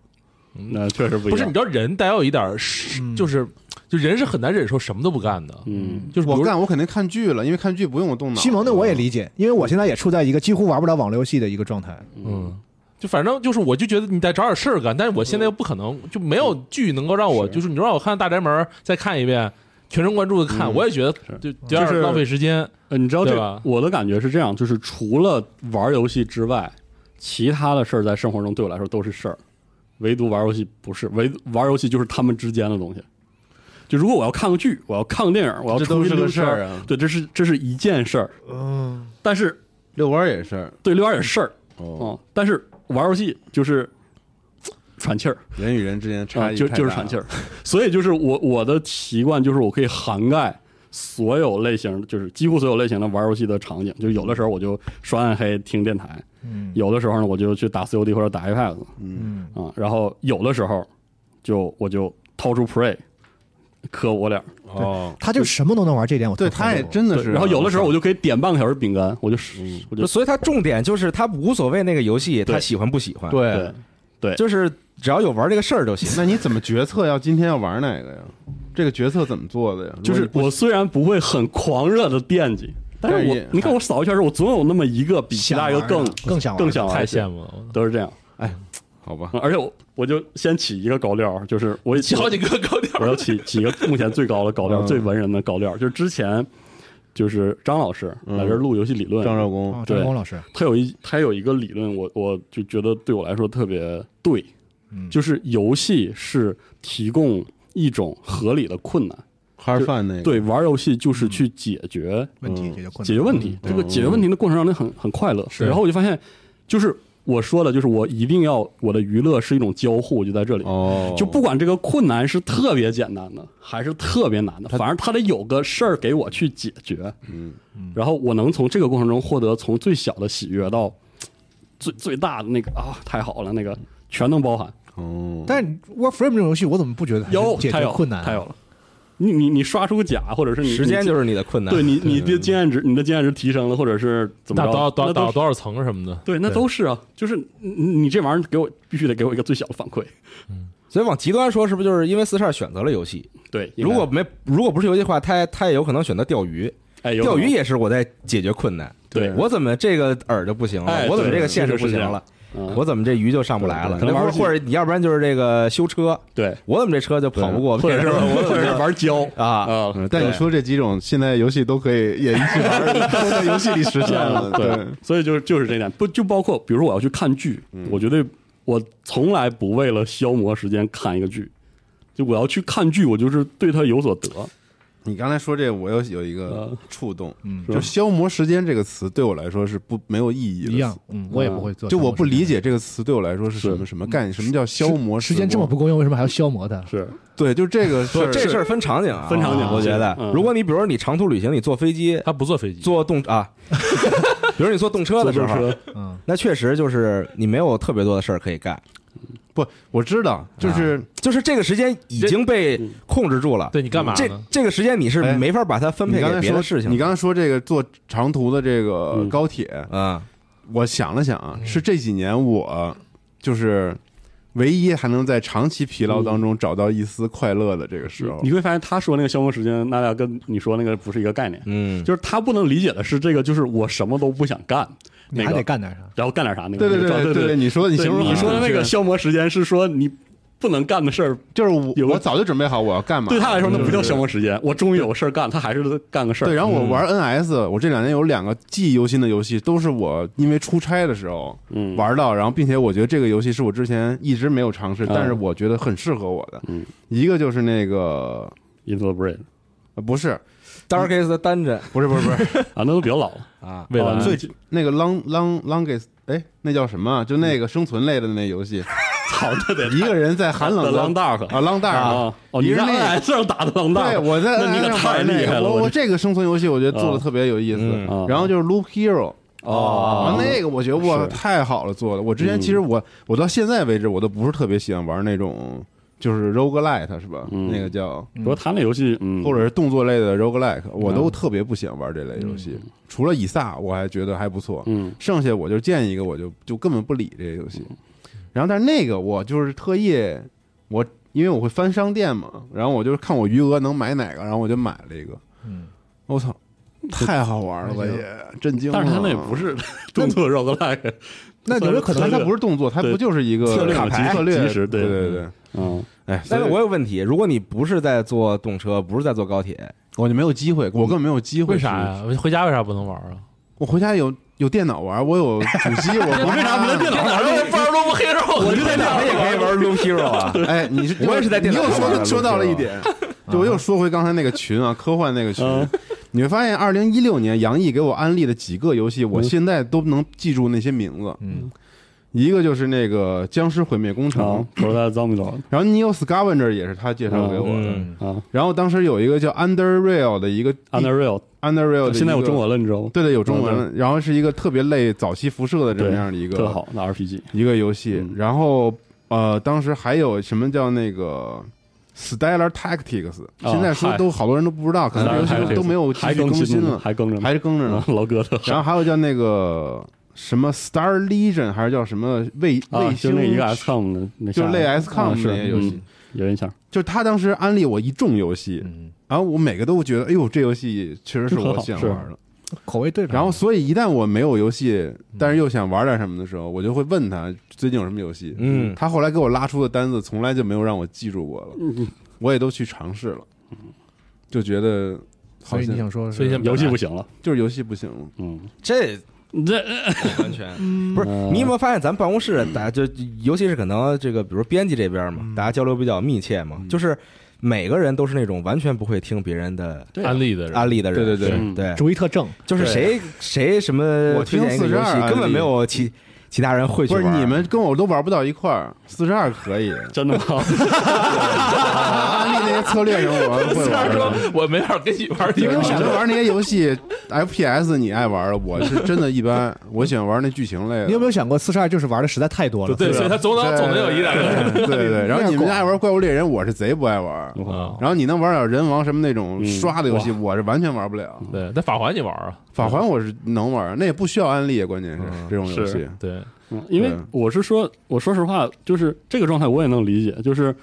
那确实不一样。
不是，你知道人得有一点儿是，就是就人是很难忍受什么都不干的，
嗯，
就是比
我
如
干，我肯定看剧了，因为看剧不用我动脑。
西蒙的我也理解，因为我现在也处在一个几乎玩不了网络游戏的一个状态。
嗯。就反正就是，我就觉得你得找点事儿干，但是我现在又不可能，就没有
嗯
剧能够让我，就是你让我看《大宅门》再看一遍，全神贯注的看，
嗯
我也觉得
是
就有点
就是
浪费时间。
呃你知道这
对吧
我的感觉是这样，就是除了玩游戏之外，其他的事儿在生活中对我来说都是事儿，唯独玩游戏不是，唯独玩游戏就是他们之间的东西。就如果我要看个剧，我要看个电影，我要
这都
出去
是
溜
个事儿
圈
啊
对，这是这是一件事儿，
嗯，
但是
遛弯儿也是
对遛弯儿也是事儿，
哦，
嗯，但是玩游戏就是喘气儿，
人与人之间差
啊，
异
就
太
就是
大
喘气儿。所以就是我我的习惯就是我可以涵盖所有类型，就是几乎所有类型的玩游戏的场景。就有的时候我就刷暗黑听电台，有的时候呢我就去打 COD 或者打 iPad
嗯，
啊，然后有的时候就我就掏出 Play 磕我脸儿，
哦。
他就什么都能玩，这点我
对，
特佩服
他也真的
对
是。啊
然后有的时候我就可以点半个小时饼干，我就
嗯
我就
就所以他重点就是他无所谓那个游戏，
对
他喜欢不喜欢，，
对
对，
就是只要有玩这个事儿就行。
那你怎么决策要今天要玩哪个呀？这个决策怎么做的呀？
就是
如果
我虽然不会很狂热的惦记，但是我
但也哎
你看我扫一圈的时候，我总有那么一个比其他一个更
啊
更想玩
更想玩
太
的
羡慕了，
都是这样。
哎
嗯
好吧，
而且我我就先起一个高料，就是我也
起好几个高调，
我要起起一个目前最高的高料，
嗯
最文人的高料，就是之前就是张老师
嗯
来这儿录游戏理论，
张少功，
哦，
对
张工老师，
他有一他有一个理论，我我就觉得对我来说特别对，
嗯，
就是游戏是提供一种合理的困难，
哈范那个，
对，玩游戏就是去解决
问题解决困难，
解决问题，
嗯
这个解决问题的过程让人很很快乐。然后我就发现，就是我说的，就是我一定要我的娱乐是一种交互，就在这里。
哦，
就不管这个困难是特别简单的还是特别难的，反正他得有个事儿给我去解决，
嗯，
然后我能从这个过程中获得从最小的喜悦到最最大的那个啊，太好了，那个全能包含。
哦，
但是 Warframe 这种游戏，我怎么不觉得它是
有，
解
太
决
有
困难啊？
太有了。你你你刷出个甲，或者是你
时间
你
就是你的困难。
对你你的经验值，你的经验值提升了，或者是怎么
打
着？
多少打
那都
打
是
多少层什么的，
对，那都是啊，就是你你这玩意儿给我必须得给我一个最小的反馈。
所以往极端说，是不是就是因为四十二选择了游戏？
对，应该
如果没如果不是游戏的话，他他也有可能选择钓鱼。
哎有
钓
可能
鱼也是我在解决困难。
对
我怎么这个饵就不行
哎
了？我怎么
对
这个线
是
不行了？
嗯
我怎么这鱼就上不来了？
对对
那
玩游
或者
戏
或者你要不然就是这个修车，
对，
我怎么这车就跑不过？
或者是
别人
我或者是玩胶
啊，
啊，
嗯但你说这几种，现在游戏都可以也一起玩儿，都在游戏里实现
*laughs*
了。啊对，
所以就是就是这点，不就包括比如说我要去看剧，我绝对我从来不为了消磨时间看一个剧，就我要去看剧，我就是对它有所得。
你刚才说这，我又有一个
嗯
触动，
嗯
就“消磨时间”这个词对我来说是不没有意义的。
一样，，嗯，我也不会做，
就我不理解这个词对我来说是什么什么概念，什么叫消磨
时间这么
光
不够用，为什么还要消磨它？
是
对，就这个事
不
儿，
这事儿分场景啊，
分场景
我觉得
嗯，
如果你比如说你长途旅行，你坐飞机、
他不坐飞机，
坐动啊， *laughs* 比如你坐动车的时
坐
候
动，
嗯，
那确实就是你没有特别多的事儿可以干，
不，我知
啊
道，就是
就是这个时间已经被
嗯
控制住了。
对你干嘛
这
呢？
这个时间你是
哎
没法把它分
你
配
刚
给
才
别
说
的事情的。
你刚才说这个坐长途的这个
嗯
高铁，
啊，
我想了想啊，是这几年我就是唯一还能在长期疲劳当中找到一丝快乐的这个时候
嗯你。会发现他说那个消磨时间，那俩跟你说那个不是一个概念。
嗯，
就是他不能理解的是这个，就是我什么都不想干，
你
那
还
个
得干点啥？
然后干点啥那个。
对对
那个
对
对
对，你说你
你
形容
你
很
说的那
准
个
确
消磨时间是说你不能干的事儿，
就是我
有个
我早就准备好我要干嘛，
对他来说那
就
不叫
是
消磨时间。我终于有事儿干，他还是干个事儿。嗯
对，然后我玩 NS，我这两年有两个记忆犹新的游戏，都是我因为出差的时候
嗯
玩到，然后并且我觉得这个游戏是我之前一直没有尝试，
嗯
但是我觉得很适合我的
嗯。
一个就是那个
Into the Brain
呃不是
Darkest Dungeon
不是不是不
*laughs*
是
啊，那都比较老了。
啊，
未来
啊
最那个 Long Long Longest 哎那叫什么啊？就那个生存类的那游
*laughs*
戏，
操，那 *laughs* 得
一个人在寒冷
The
的
Long Dark
啊 Long Dark
啊，哦，
一
你
个
在
人那
NS 上打的浪大，
对我在
那你
NS
可
上
太
玩
厉
那
害
个
了，
我
我
我这个生存游戏我觉得做的
啊
特别有意思。
啊
然后就是 Loop Hero。
哦
然后那个我觉得哇
是嗯
太好了做的，我之前其实我我到现在为止我都不是特别喜欢玩那种就是 roguelite 是吧？
嗯
那个叫
不过他那游戏，嗯，
或者是动作类的 roguelike，我都特别不喜欢玩这类游戏。除了以撒，我还觉得还不错，
嗯
剩下我就见一个我就就根本不理这个游戏。然后但是那个我就是特意我因为我会翻商店嘛，然后我就看我余额能买哪个，然后我就买了一个。
嗯，
我操，太好玩了也震惊了。
哎但是他那也不是动作 roguelike，
那有没有可能
它
策
它
略
不是动作，它
对
不就是一个
策略
卡
嘛
牌
即
策略？
即时
对
对
对对。
*laughs* 嗯，
哎，所
但
以
是我有问题，如果你不是在坐动车，不是在坐高
*laughs*
铁，
我就没有机会，我根本没有机会。
为啥？呀？回家为啥不能玩啊？
我回家有有电脑玩，我有主
*laughs*
机，我啊
为啥不能电脑玩
玩玩儿都不黑肉，我就在
咱也可以玩 Loop Hero 啊。
*laughs* 哎，你是
我也是在电脑
你
上
又
玩的
说说
撸
到了
铁
一点，就我又说回刚才那个群啊，科幻那个群
嗯，
你会发现，二零一六年杨毅给我安利的几个游戏，我现在都能记住那些名字。
嗯，
一个就是那个《僵尸毁灭工程
啊》，，Prototype Zombie Lord
然后《Neo Scavenger》也是他介绍给我的。
嗯，
啊
然后当时有一个叫 Under Rail 的一个
，Unreal，
Under Rail，的
现在有
一个
中文了，你知道吗？
对对，有中文
嗯
了。然后是一个特别类早期辐射的这么样的一
特
个
好，那 RPG，
一个游戏
嗯。
然后呃，当时还有什么叫那个 Stellar Tactics，现在说
哦嗨
都好多人都不知道，可能这游戏都没有继
还
续
更
更新
呢
了，
还更着呢，
还是更着呢。
*laughs* 嗯老哥的，
然后还有叫那个什么 Star Legion，还是叫什么卫
啊，
卫
就
星，
那一个 XCOM 的那
就
下
是
来
类
的，
XCOM
嗯是
那些游戏
嗯。有印象，
就是他当
嗯
嗯
时安利我一众游戏，然后我每个都觉得，哎呦，这游戏确实是我想玩的。
口味对上了，
然后，所以一旦我没有游戏，但是又想玩点什么的时候，我就会问他最近有什么游戏。
嗯
他后来给我拉出的单子，从来就没有让我记住过了，
嗯
我也都去尝试了，就觉得好
所以你
像
想说是，
所以先
游戏不行了，
就是游戏不行了。
嗯，
这
这
完全
嗯
不是。你有没有发现咱办公室大家就，尤其是可能这个，比如编辑这边嘛，
嗯
大家交流比较密切嘛，就是每个人都是那种完全不会听别人的
对啊
安利的人，
安利的人，
对对对
嗯
对，
主意特正，
就是谁谁什么
我
推
听
荐一个游
42
戏，
安
根本
利
没有其其他人会去
不是
玩
你们跟我都玩不到一块儿，四十二可 *laughs* 以，
真的 *laughs* 吗？
安利那些策略什么我会
虽然
玩
说
的。
我没法跟你玩儿，
因
你
为我觉得玩那些游戏 *laughs* ，FPS 你爱玩了，我是真的一般。我喜欢玩那剧情类的。
你有没有想过四十二就是玩的实在太多了？
对，所以他总能总能有一两个人
*laughs* 对对对，然后你们
那样
爱
够
玩怪物猎人，我是贼不爱玩。
*laughs* 啊。
然后你能玩点人王什么那种
嗯
刷的游戏，我是完全玩不了。
对，但法环你玩儿啊？
法环我是能玩，那也不需要安利，啊关键是这种游戏
是。
对，
嗯，因为
对
我是说，我说实话，就是这个状态我也能理解，就是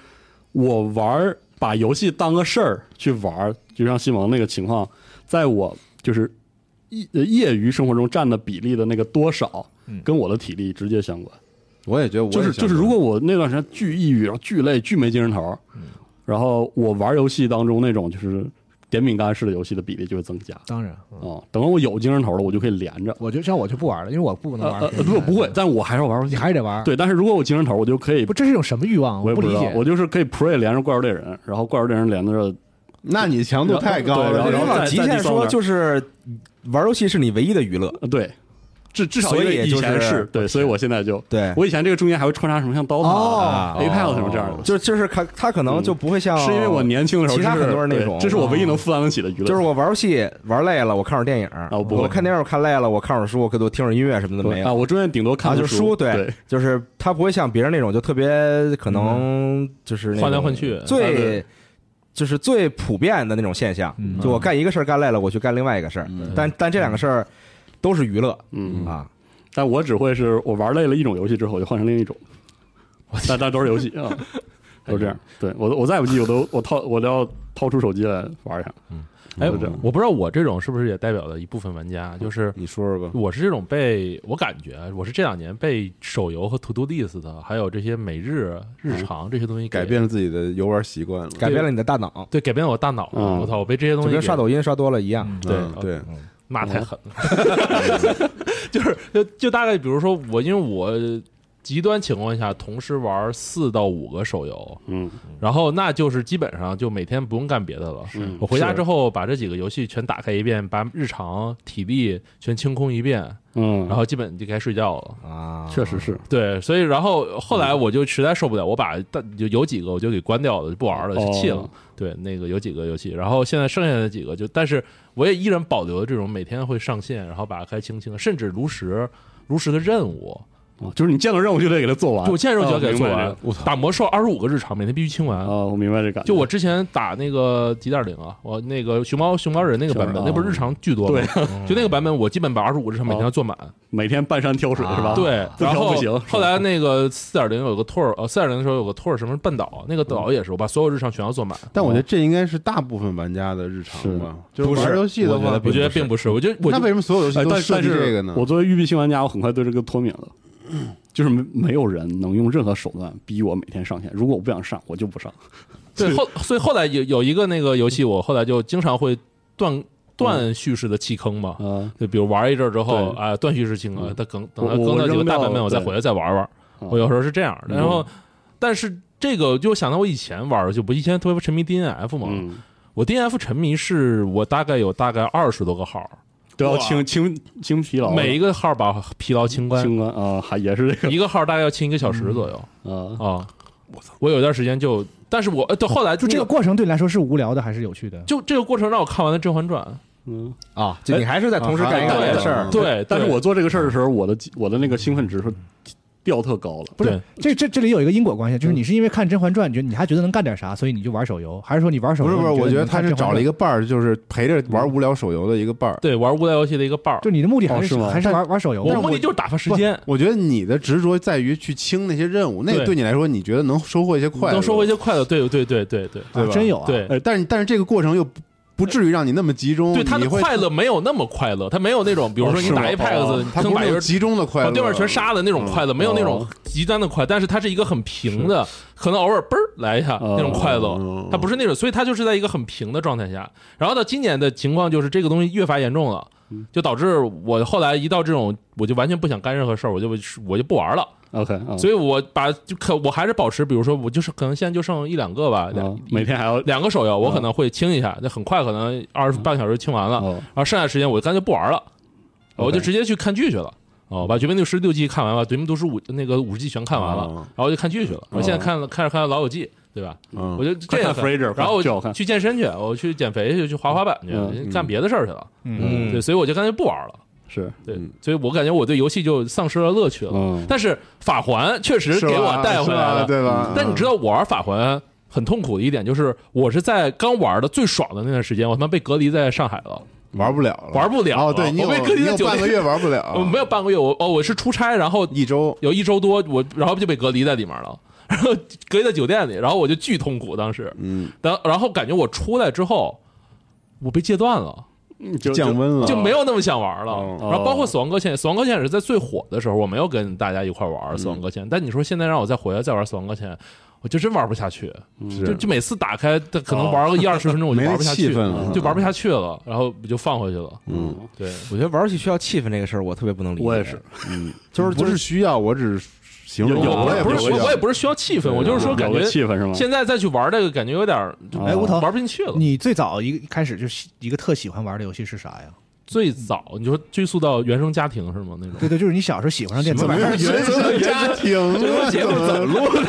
我玩儿把游戏当个事儿去玩儿，就像西蒙那个情况，在我就是业业余生活中占的比例的那个多少
嗯，
跟我的体力直接相关。
我也觉得我也
就是
想
就是，如果我那段时间巨抑郁，然后巨累，巨没精神头儿，
嗯
然后我玩游戏当中那种就是点饼干式的游戏的比例就会增加。
当然，嗯
哦，等我有精神头了，我就可以连着。
我就像我就不玩了，因为我不能
呃
玩
呃，呃不
*laughs*
不会，，但我还是要玩游
你
戏。
还是得玩。，
对，但是如果我精神头，我就可以
不，这是一种什么欲望？
我也
不
不
理
知道
解，。
我就是可以 Prey 连着怪物猎人，然后怪物猎人连着
那你强度太高
对
了，这种
然后
人
再
往极
再
限
递送
说，
点
就是玩游戏是你唯一的娱乐。
呃对，至至少
所
因
以
为以
就
前
是哎
是对，所以我现在就
对
我以前这个中间还会穿插什么像刀塔、啊
哦
Apex E 什么这样的游戏，
就就是他他可
嗯
能就不会像，
是因为我年轻的时候
哦其他
这是
很多人那
对
种哦
这是我唯一能负担得起的娱乐，啊
就是我玩游戏玩累了，我看会儿电影，
我不会
我看电影我看累了，我看会儿书，我可多听会儿音乐什么的
对
没
啊，
有。
我中间顶多看
啊，
个
就是书，
对，
就是他不会像别人那种就特别可能就是那种
换来换去啊
最
对
就是最普遍的那种现象。
嗯
就我干一个事儿干累了，我去干另外一个事儿，但但这两个事儿都是娱乐
嗯，
啊。
但我只会是我玩累了一种游戏之后，我就换成另一种，但但都是游戏啊，都这样。对我都我再不济我都我掏我都要掏出手机来玩一下，
哎，
就这样
我不知道我这种是不是也代表了一部分玩家，就是
你说说吧。
我是这种被我感觉我是这两年被手游和 To Do List 的，还有这些每日日常这些东西给
改变了自己的游玩习惯了，
改变了你的大脑，
对改变了我大脑了。
嗯
我操，我被这些东
就
西
跟
给
刷抖音刷多了一样。
对
嗯对，
那太狠了， *laughs* 就是就就大概比如说我，因为我极端情况下同时玩四到五个手游，
嗯，
然后那就是基本上就每天不用干别的了。
是
嗯我回家之后把这几个游戏全打开一遍，把日常体力全清空一遍，
嗯，
然后基本就该睡觉了。
啊，
确实是，
对，所以然后后来我就实在受不了，我把但有有几个我就给关掉了，就不玩了，就弃了
哦。
对，那个有几个游戏，然后现在剩下的几个就，但是我也依然保留这种每天会上线，然后把它开清清，甚至炉石。炉石的任务，
哦就是你见到任务就得给它做完，
就我见着就要给它做
哦明白
完。
这个
打魔兽二十五个日常，每天必须清完。
啊，我明白这感觉。
就我之前打那个几点零啊，我那个熊猫熊猫人那个版本，
熊猫
那不是日常巨多吗？
对
*laughs*
哦
就那个版本，我基本把二十五个日常每天要做满。
每天半山挑水是吧？
啊
哎
对，
不
然
调
后
不行。
后来那个四点零有个托尔，呃，四点零的时候有个托尔什么半岛，那个岛也是，我把所有日常全要做满。
但我觉得这应该是大部分玩家的日常吧，就是
不是
玩游戏的
我觉
话
得，
我觉得并不是，我觉得我
那
就
为什么所有游戏
哎，
都
但
设
但
计
是
这个呢？
我作为育碧新玩家，我很快对这个脱敏了。就是没没有人能用任何手段逼我每天上线。如果我不想上，我就不上。
对后，所以后来有有一个那个游戏，我后来就经常会断断叙事的弃坑嘛。
啊，
就比如玩一阵儿之后
嗯对
啊，断叙事弃坑，
嗯
它更等它更
我我
了几个
扔
大
掉
版本，我再
对嗯
回来再玩玩。我有时候是这样的，然后但是这个就想到我以前玩儿游戏，我以前特别沉迷 DNF 嘛，
嗯，
我 DNF 沉迷是我大概有大概二十多个号儿，
都要
哇
啊清清清疲劳了，
每一个号儿把疲劳清关，
啊清关啊，还也是这
一个号大概要清一个小时左右
个啊，
啊。我操！我有段时间就，但是我呃对后来
就这个
那个
过程对你来说是无聊的还是有趣的？
就这个过程让我看完了《甄嬛传
嗯。
啊，就你还是在同时干一
哎
个别的事儿
嗯。》，
对，
但是
对
我做这个事儿的时候，我的我的那个兴奋值是掉特高了。
不是
对，
这这这里有一个因果关系，就是你是因为看《甄嬛传》，你觉得你还觉得能干点啥，所以你就玩手游，还是说你玩手
不
游？
是不是，
你
我觉
觉
得
你
他嗯
看
是
甄嬛
找了
传
一个伴儿，就是陪着玩无聊手游的一个伴儿。
对玩无聊游戏的一个伴儿
就，你的目的还
哦是吗
还是玩玩手游
我
吗？
目的就是打发时间，
我觉得你的执着在于去清那些任务，那
对
对你来说，你觉得能收获一些快乐，
能收获一些快乐。对对对对对
对
啊
吧？
真有啊，
对，
呃，但是但是这个过程又不不至于让你那么集中，
对他
你
的
会
快乐没有那么快乐，他没有那种，比如说你
是吗
打一 p a
哦
x
他
能
不
把
是
一
那
个
种集中的快
把
乐，
对面全杀的那种快乐，没有那种
哦
极端的快，但是它是一个很平的，可能偶尔嘣儿来一下
哦
那种快
哦
乐，它不是那种，所以它就是在一个很平的状态下。然后到今年的情况就是这个东西越发严重了，
嗯
就导致我后来一到这种，我就完全不想干任何事儿，我就我就不玩了。
OK，啊
所以我把就可我还是保持，比如说我就是可能现在就剩一两个吧，
啊
两
每天还要
两个手游我可能会清一下，那很快可能二十半小时清完了，
哦
然后剩下的时间我干脆不玩了，
OK 嗯
我就直接去看剧去了。哦，把《绝命毒师》六季看完了，《绝命毒师》五那个五季全看完了，
嗯
哦
然后就看剧去了。我现在看了开始看《老友记》，对吧？
嗯，
我就这样
快嗯看 Frasier，
然后
巨好看
我去健身去，我去减肥去，去滑滑板去，
嗯
干别的事儿去了。
嗯
对，所以我就干脆不玩了。
是
对
嗯，
所以我感觉我对游戏就丧失了乐趣了。
嗯
但是法环确实
是
给我
吧
带回
是
来
吧
了，嗯
对吧？
但你知道我玩法环很痛苦的一点就是，我是在刚玩的最爽的那段时间，我他妈被隔离在上海了，
玩不了了，
玩不了了
哦，对你有
我被隔离
你
在
有
酒
半个
店，
月啊玩不了，
我没有半个月，我哦我是出差，然后
一周，
有一周多，我然后就被隔离在里面了， *laughs* 然后隔离在酒店里，然后我就巨痛苦当时，
嗯，
然然后感觉我出来之后，我被戒断了。
就
降温了，
就没有那么想玩了。
哦
然后包括《死亡搁浅》，《死亡搁浅》也是在最火的时候，我没有跟大家一块玩《死亡搁浅》，但你说现在让我再回来再玩《死亡搁浅》，我就真玩不下去。
是
就就每次打开，它可能玩个一二十分钟，我就
没
玩
那
不下去
气氛了，
就玩不下去了，然后我就放回去了。
嗯，
对，
我觉得玩游戏需要气氛这个事儿，我特别不能理解。
我也是，
嗯，
就是
不
就是
需要，我只是形容，
有有
我也
不是
需要
我也不是需要气氛，我就是说
有
感
个
觉
气氛是吗？
现在再去玩这个，感觉有点儿
啊
哎，吴腾
玩不进去了。
你最早一一开始就喜一个特喜欢玩的游戏是啥呀？
最早你说追溯到原生家庭是吗？那种
对对，就是你小时候喜欢上电子
怎么
版，
是原生家庭？啊
这个节目怎么录的？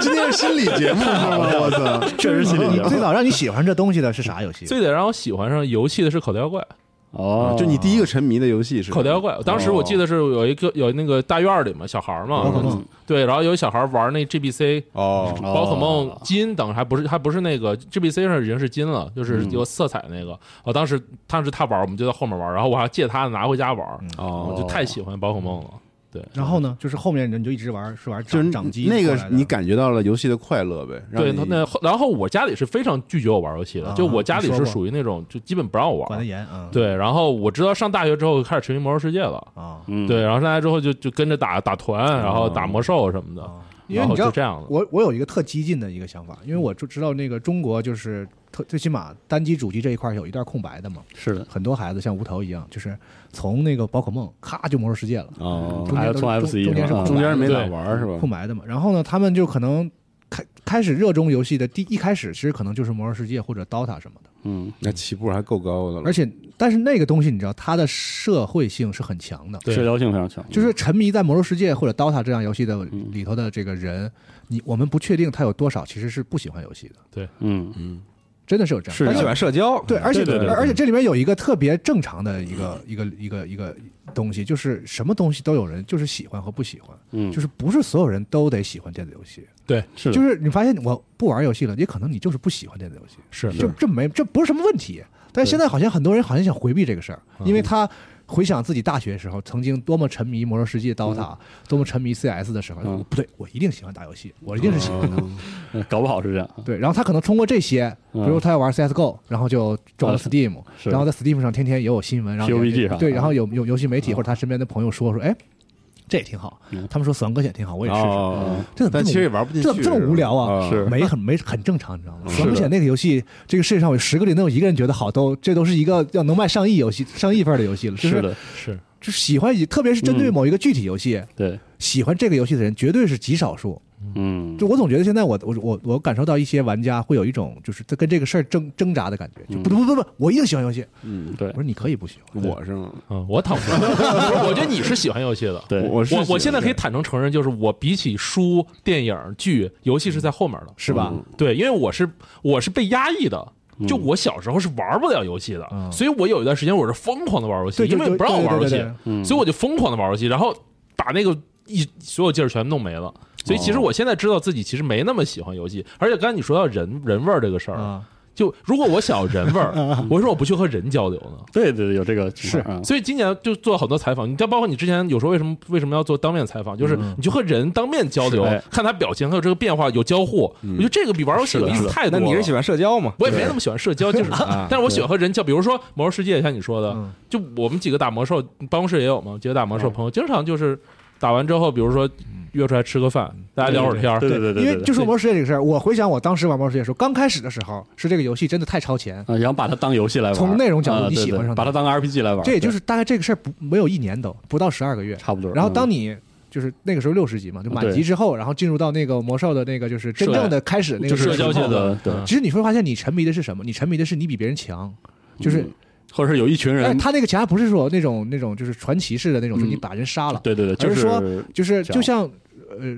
今天是心理节目是 *laughs* 吗？我操！
确实
*laughs*
心里
你
凉
最早让你喜欢这东西的是啥游戏？
最得让我喜欢上游戏的是口袋妖怪。
哦，
啊就你第一个沉迷的游戏是
口袋妖怪，当时我记得是有一个有那个大院儿里嘛，小孩儿嘛，
宝哦可梦
对，然后有一小孩儿玩那 GBC
哦，
哦
宝可梦金等，还不是还不是那个 GBC 上已经是金了，就是
嗯
有色彩那个。我当时当时他玩，我们就在后面玩，然后我还借他拿回家玩，
嗯
哦
我就太喜欢宝可梦
哦
了。对，
然后呢，就是后面你就一直玩，是玩
就
掌
是
掌机
那
过
个
来的
你感觉到了游戏的快乐呗？让
对，
你
他那后然后我家里是非常拒绝我玩游戏的，
啊
就我家里
你
是
说过
属于那种就基本不让我
管得
玩。
严啊？
对，然后我直到上大学之后开始沉迷魔兽世界了，
啊，
嗯
对，然后上来之后就就跟着打打团，然后打魔兽什么的，
啊因
嗯
为
然
你
后
知道
就这样了。
我我有一个特激进的一个想法，因为我就知道那个中国就是特最起码单机主机这一块有一段空白的嘛，
是的
很多孩子像无头一样，就是从那个宝可梦咔就魔兽世界了，
哦
中间
还有
都
从
是
F
中
C
中间是
吧？
空白的
中间没咋
对
玩是吧？
空白的嘛。然后呢，他们就可能开开始热衷游戏的第一开始，其实可能就是魔兽世界或者 DOTA 什么的。
嗯，
那起步还够高的了
而，且，但是那个东西你知道，它的社会性是很强的。
对
社交性非常强，
就是沉迷在魔兽世界或者 DOTA 这样游戏的
嗯
里头的这个人，你我们不确定他有多少其实是不喜欢游戏的，
嗯，
真的是有这样。
是
他
啊
喜欢社交，
对，而且
对对对
而而且这里面有一个特别正常的一个一个一个一个东西，就是什么东西都有人就是喜欢和不喜欢，
嗯
就是不是所有人都得喜欢电子游戏，
对，
是的
就是你发现我不玩游戏了，也可能你就是不喜欢电子游戏，
是
这这没这不是什么问题。但是现在好像很多人好像想回避这个事儿，
嗯
因为他回想自己大学时候曾经多么沉迷《魔兽世界》、DOTA，多么沉迷 CS 的时候，
嗯
我不对，我一定喜欢打游戏，我一定是喜欢的。
嗯搞不好是这样，
对，然后他可能通过这些，比
嗯
如他要玩 CSGO，然后就装了
啊是
Steam，
是
然后在 Steam 上天天也有新闻，然后
PUBG 上
对，
啊
然后有有游戏媒体或者他身边的朋友说说，哎，这也挺好
嗯，
他们说死亡搁浅挺好，我也试试。
哦，
这怎么
但其实也玩不进去，
嗯这这么无聊啊
是吧
是，
没很没很正常，你知道吗？
嗯
死亡搁浅那个游戏，这个世界上有十个里能有一个人觉得好，都这都是一个要能卖上亿游戏、上亿份的游戏了。就是
的，
是
就是喜欢以，特别是针对
嗯
某一个具体游戏，
对，
喜欢这个游戏的人绝对是极少数。
嗯，
就我总觉得现在我我我我感受到一些玩家会有一种就是在跟这个事儿挣挣扎的感觉，就不不不不，我一定喜欢游戏。
嗯，
对
我说你可以不喜欢，
我是吗？
嗯，我 *laughs* 坦白，我觉得你是喜欢游戏的。
对，
我是
我
喜
我
欢
现在可以坦诚承认，就是我比起书、电影、剧，游戏是在后面的。
是
嗯
吧？
对，因为我是我是被压抑的。就我小时候是玩不了游戏的，
嗯
所以我有一段时间我是疯狂的玩游戏，
对，就
因为
就
不让我玩游
对
戏，
对对对
嗯
所以我就疯狂的玩游戏，然后把那个一所有劲儿全弄没了。
哦
所以其实我现在知道自己其实没那么喜欢游戏，而且刚才你说到人人味儿这个事儿，
啊，
就如果我想要人味
*laughs*
儿，我为什么我不去和人交流呢？
对对，对有这个是啊，
所以今年就做了很多采访，你像包括你之前有时候为什么为什么要做当面采访，就是你去和人当面交流
是哎，
看他表情，还有这个变化有交互，我觉得这个比玩游戏有意思太多
那
了。
你是喜欢社交吗？
我也没那么喜欢社交，就是，但是我喜欢和人交，比如说《魔兽世界》，像你说的
嗯，
就我们几个打魔兽，办公室也有嘛，几个打魔兽朋友，经常就是打完之后，比如说约出来吃个饭，大家聊会儿天儿，
对对对对，
因为
对
就是《
对
魔兽世界》这个事儿，我回想我当时玩《魔兽世界》的时候，刚开始的时候是这个游戏真的太超前，
啊，然后把它当游戏来玩，
从内容角度
啊
你
对
喜欢
对
上它
把它当个 RPG 来玩，
这也就是是大概这个事儿不没有一年都不到十二个月
对。差不多。嗯
然后当
你
你就是那个时候六十级嘛，就满
对
级之后，然后进入到那个魔兽的那个就是真正的开始那
就
个
是
时
社
候
交界的对，
嗯
其实你会发现，你沉迷的是什么？你沉迷的是你比别人强，就是哎
嗯或者是啊有一群
但
人
是，他那个强还不是说那种那种就是传奇式的那种，就是你把人杀了，
对啊对对，就
而是说就是
这样
就像呃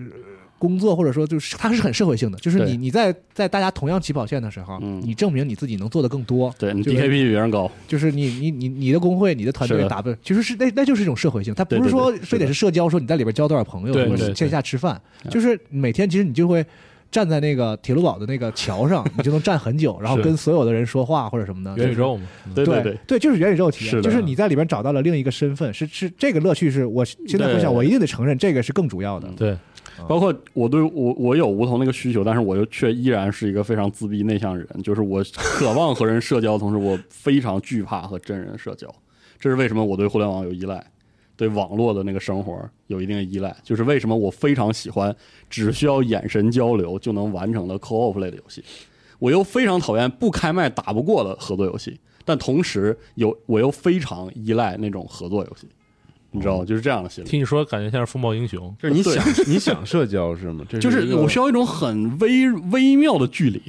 工作或者说就是它是很社会性的，就是
对
你你在在大家同样起跑线的时候，
嗯
你证明你自己能做的更多，
对你
就是
DKP 比别人高，
就是你你你你的工会、你的团
是
队
的
打不，其实是那那就是一种社会性，它
对
不
对
是说
对是
非得
的
是社交，说你在里边交多少朋友，
对
什么
对对
线下吃饭，
对
就是每天其实你就会。站在那个铁路堡的那个桥上，你就能站很久，然后跟所有的人说话或者什么的。
元宇
就是
宙嘛，
对
对
对，
就是元宇宙体验，
是的
就是你在里边找到了另一个身份，是是这个乐趣是我现在回想，
对
我一定得承认这个是更主要的。
对，
包括我对我我有无头那个需求，但是我又却依然是一个非常自闭内向人，就是我渴望和人社交的同时，我非常惧怕和真人社交，这是为什么我对互联网有依赖，对网络的那个生活有一定的依赖，就是为什么我非常喜欢只需要眼神交流就能完成的 co-op 类的游戏，我又非常讨厌不开麦打不过的合作游戏，但同时有我又非常依赖那种合作游戏，你知道吗？就是这样的心理。
听你说感觉像是风暴英雄，
就是你
对
想你想社交是吗？这
就是
一个
我需要一种很微微妙的距离，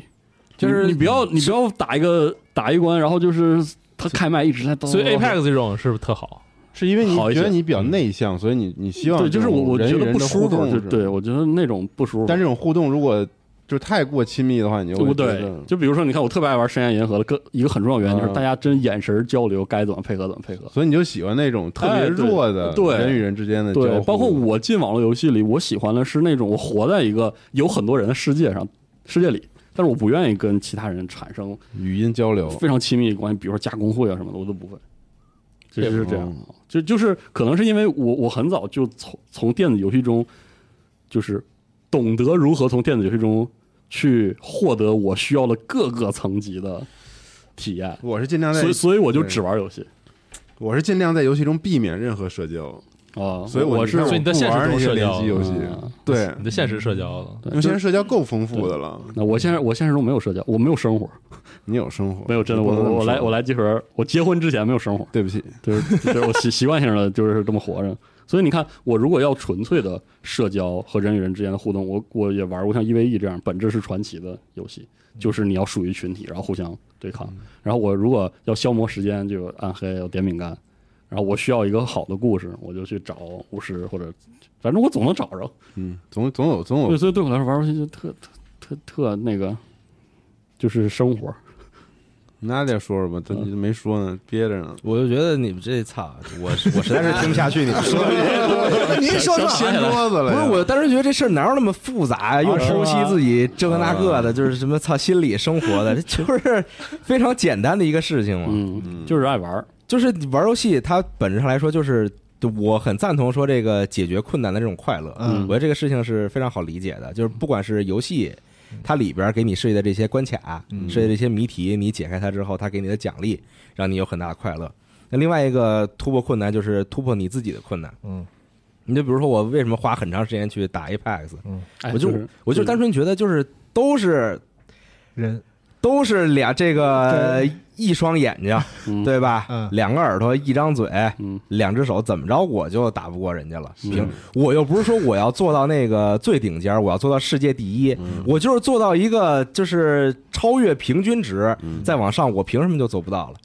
就是
你你不要你不要打一个打一关，然后就是他开麦一直在叨，
所以
E
Apex 这种是不是特好？
是因为你
好一
觉得
些嗯
你比较内向，所以你你希望
对，就是
这
我
种
我
人
觉
与
得
人
不
的互
舒服，
动
就是
吧
对我觉得那种不舒服。
但这种互动如果就是太过亲密的话，你就会
我
觉
对
得，
就比如说你看我特别爱玩《深渊银河》的，跟一个很重要的原因就是
嗯
大家真眼神交流，该怎么配合怎么配合。
所以你就喜欢那种特别
哎对
弱的
对
人与人之间的交
对，
互，
包括我进网络游戏里，我喜欢的是那种我活在一个有很多人的世界上世界里，但是我不愿意跟其他人产生
语音交流，
非常亲密的关系，比如说加工会啊什么的，我都不会。这就是这样的
嗯，
就就是可能是因为我我很早就从从电子游戏中，就是懂得如何从电子游戏中去获得我需要的各个层级的体验，
我是尽量在
所以所以我就
对
只玩游戏
我是尽量在游戏中避免任何社交，
啊，
所以
我
我
是
你看
所以你的
我不
现实
玩
中
那些
社
联
交
机游戏
嗯，
对，
你的现实社交了，
因为现在社交够丰富的了，
那我现在我现实中没有社交，我没有生活，
你有生活
没有真的我我我来我，来集合，我结婚之前没有生活，
你不能这么说对不起，
就是就是我习习惯性的就是这么活着。所以你看，我如果要纯粹的社交和人与人之间的互动，我我也玩过像一 E v 一这样本质是传奇的游戏，就是你要属于群体，然后互相对抗。然后我如果要消磨时间，就有暗黑，有点饼干。然后我需要一个好的故事，我就去找巫师或者，反正我总能找着。
嗯，总总有总
对，
有，
所以对我来说，玩游戏就特特特特那个，就是生活。
那得说说吧，咱你没说呢，憋着呢，
我就觉得你们这操，我我实在是听不下去 *laughs* 你们说的。
那您说说，
掀桌子了
不
呀，
是，我当时觉得这事儿哪有那么复杂呀？又
是
剖析
吗
自己这个那个的，就是什么操心理生活的，这就是非常简单的一个事情嘛。
嗯，就是爱玩儿。
就是你玩游戏，它本质上来说就是。就我很赞同说这个解决困难的这种快乐，
嗯
我觉得这个事情是非常好理解的，就是不管是游戏，它里边给你设计的这些关卡，设计这些谜题，你解开它之后，它给你的奖励，让你有很大的快乐。那另外一个突破困难就是突破你自己的困难，
嗯，
你就比如说我为什么花很长时间去打 Apex，
哎
我就是我就单纯觉得就是都是
人
都是俩这个
对
一双眼睛，
嗯
对吧
嗯？
两个耳朵，一张嘴，
嗯
两只手，怎么着我就打不过人家了。
嗯
凭我又不是说我要做到那个最顶尖儿，我要做到世界第一，
嗯
我就是做到一个就是超越平均值，
嗯
再往上我凭什么就做不到了？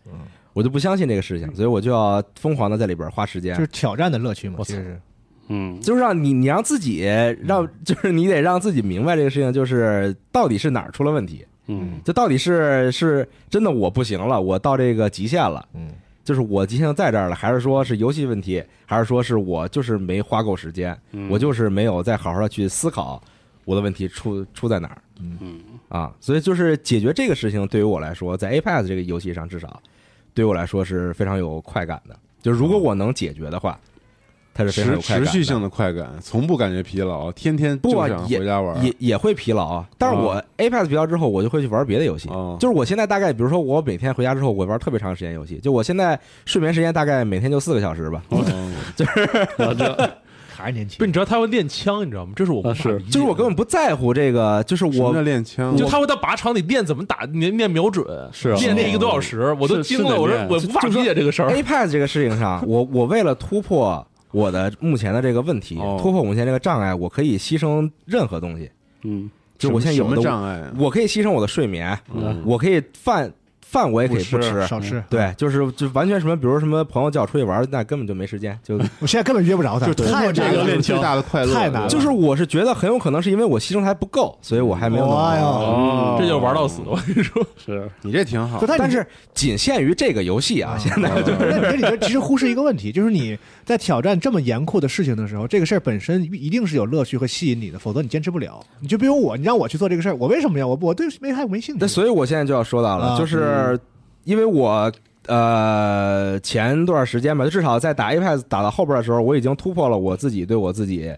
我就不相信这个事情，所以我就要疯狂的在里边花时间
嗯就。是挑战的乐趣嘛，
我
其
操
实是
嗯，
就是让你，你让自己
嗯
让，就是你得让自己明白这个事情，就是到底是哪儿出了问题。
嗯，
这到底是是真的我不行了，我到这个极限了，
嗯，
就是我极限在这儿了，还是说是游戏问题，还是说是我就是没花够时间，我就是没有再好好的去思考我的问题出出在哪儿
嗯
啊？所以就是解决这个事情，对于我来说，在 Apex 这个游戏上，至少对于我来说是非常有快感的。就如果我能解决的话，它是非常有
哦持
快感
持
的
续性的快感，从不感觉疲劳，天天就
不啊
想
也
回家玩儿
也也会疲劳啊。但是我 Apex 疲劳之后，我就会去玩别的游戏。
哦
就是我现在大概，比如说我每天回家之后，我玩特别长时间游戏。就我现在睡眠时间大概每天就四个小时吧。
哦
*laughs*
*laughs* 还是年轻
啊不，。你知道他会练枪，你知道吗？这是我无
啊
法
是
理解
就是我根本不在乎这个，就是
什么叫
我
练枪，
就他会到靶场里练怎么打，练练瞄准，
是啊
练那一个多
哦
小时，我都
是
惊了，
是得
我说
练
我无法理解这个事儿。
Apex 这个事情上，我我为了突破我的目前的这个问题，
哦
突破我目前这个障碍，我可以牺牲任何东西。
嗯
就是我现在
什
有
么
的
什么障碍啊？
我可以牺牲我的睡眠，
嗯
我可以饭饭我也可以不
不吃
吃。
少吃，
对，就是就完全什么，比如什么朋友叫我出去玩，那根本就没时间，
*laughs*
就
我现在根本约不着他，
就通
太
过这
难
个
了
练最大的快乐，
太难了
就是我是觉得很有可能是因为我牺牲还不够，所以我还没有弄
哎
好。
呦，
哦，
这就玩到死，我
嗯
跟你说，
是
你这挺好
不，但
但
你
是仅限于这个游戏啊，现 *laughs* 在就
那你这里边其实忽视一个问题，就是你在挑战这么严酷的事情的时候，这个事儿本身一定是有乐趣和吸引你的，否则你坚持不了。你就比如我，你让我去做这个事儿，我为什么呀？我我对没太没兴趣。
那所以我现在就要说到了，
啊
就是因为我呃前段时间吧，就至少在打 Apex 打到后边的时候，我已经突破了我自己对我自己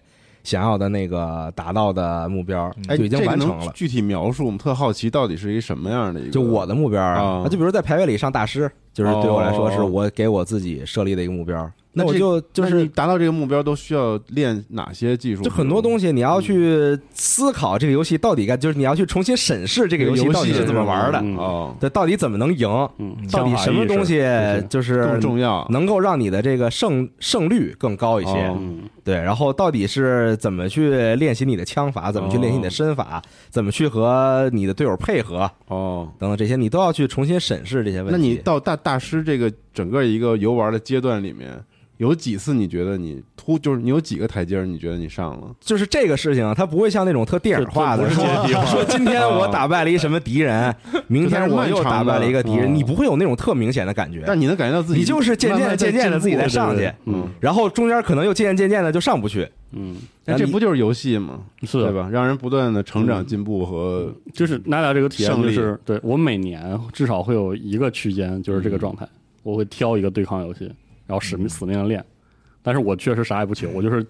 想要的那个达到的目标，
哎，
就已经
这个
完成
能
了。
具体描述，我们特好奇到底是一个什么样的一个？
就我的目标
啊
就比如在排位里上大师，就是对我来说是
哦
我给我自己设立的一个目标。那我
这
就就
那你
是
达到这个目标都需要练哪些技术？
就很多东西你要去思考这个游戏到底该，就是你要去重新审视
这
这个游戏到底是怎么玩的，
嗯
哦，
对，到底怎么能赢，
嗯，
到底什么东西就是
更重要。
能够让你的这个胜胜率更高一些。
哦
嗯
对，然后到底是怎么去练习你的枪法，怎么去练习你的身法，怎么去和你的队友配合
哦，
等等这些，你都要去重新审视这些问
那
题。
你到大大师这个整个一个游玩的阶段里面，有几次你觉得你突就是你有几个台阶儿你觉得你上了？
就是这个事情啊，它不会像那种特电影化的，
这这
说
不是阶级化
说今天
哦
我打败了一什么敌
*laughs*
人，明天我又打败了一个敌
这是漫长
人，
的
你不会有那种特明显的感觉。
但你能感觉到自己，
你就是渐渐渐渐地自己在上去，
嗯，
然后中间可能又渐渐渐渐的就上不去，
嗯，
那这
然后你啊嗯
不就是游戏吗？
是
啊
对吧？让人不断的成长、进步和
嗯
就是娜娜这个体验就
胜
是，对我每年至少会有一个区间，就是这个状态，
嗯
我会挑一个对抗游戏，然后使命死命的练，但是我确实啥也不求，我就是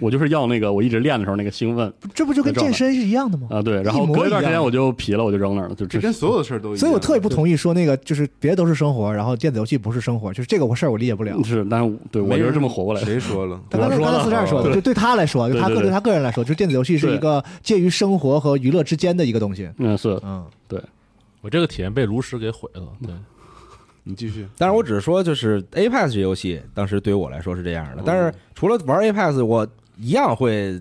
我就是要那个我一直练的时候那个兴奋
这不就跟健身是一样的吗？
啊，对，然后
一模
隔一段
一
时间
样
我就疲了，我就扔那儿了，就
这
这
跟所有的事儿都一样。
所以我特别不同意说那个就是别的都是生活，然后电子游戏不是生活，就是这个我事儿我理解不了。
是，但是对我
没
就
人
是这么活过来的。
谁说了？
他刚才
我说
刚才
了
四十二说的，
对
就对他来说，就他
对
个
对对
对他个人来说，就电子游戏是一个介于生活和娱乐之间的一个东西。
嗯，是
嗯，
我 *laughs* 这个体验被炉石给毁了。对，
嗯
你继续。
但是我只是说，就是 Apex 这游戏当时对于我来说是这
嗯
样的，但是除了玩 Apex，我一样会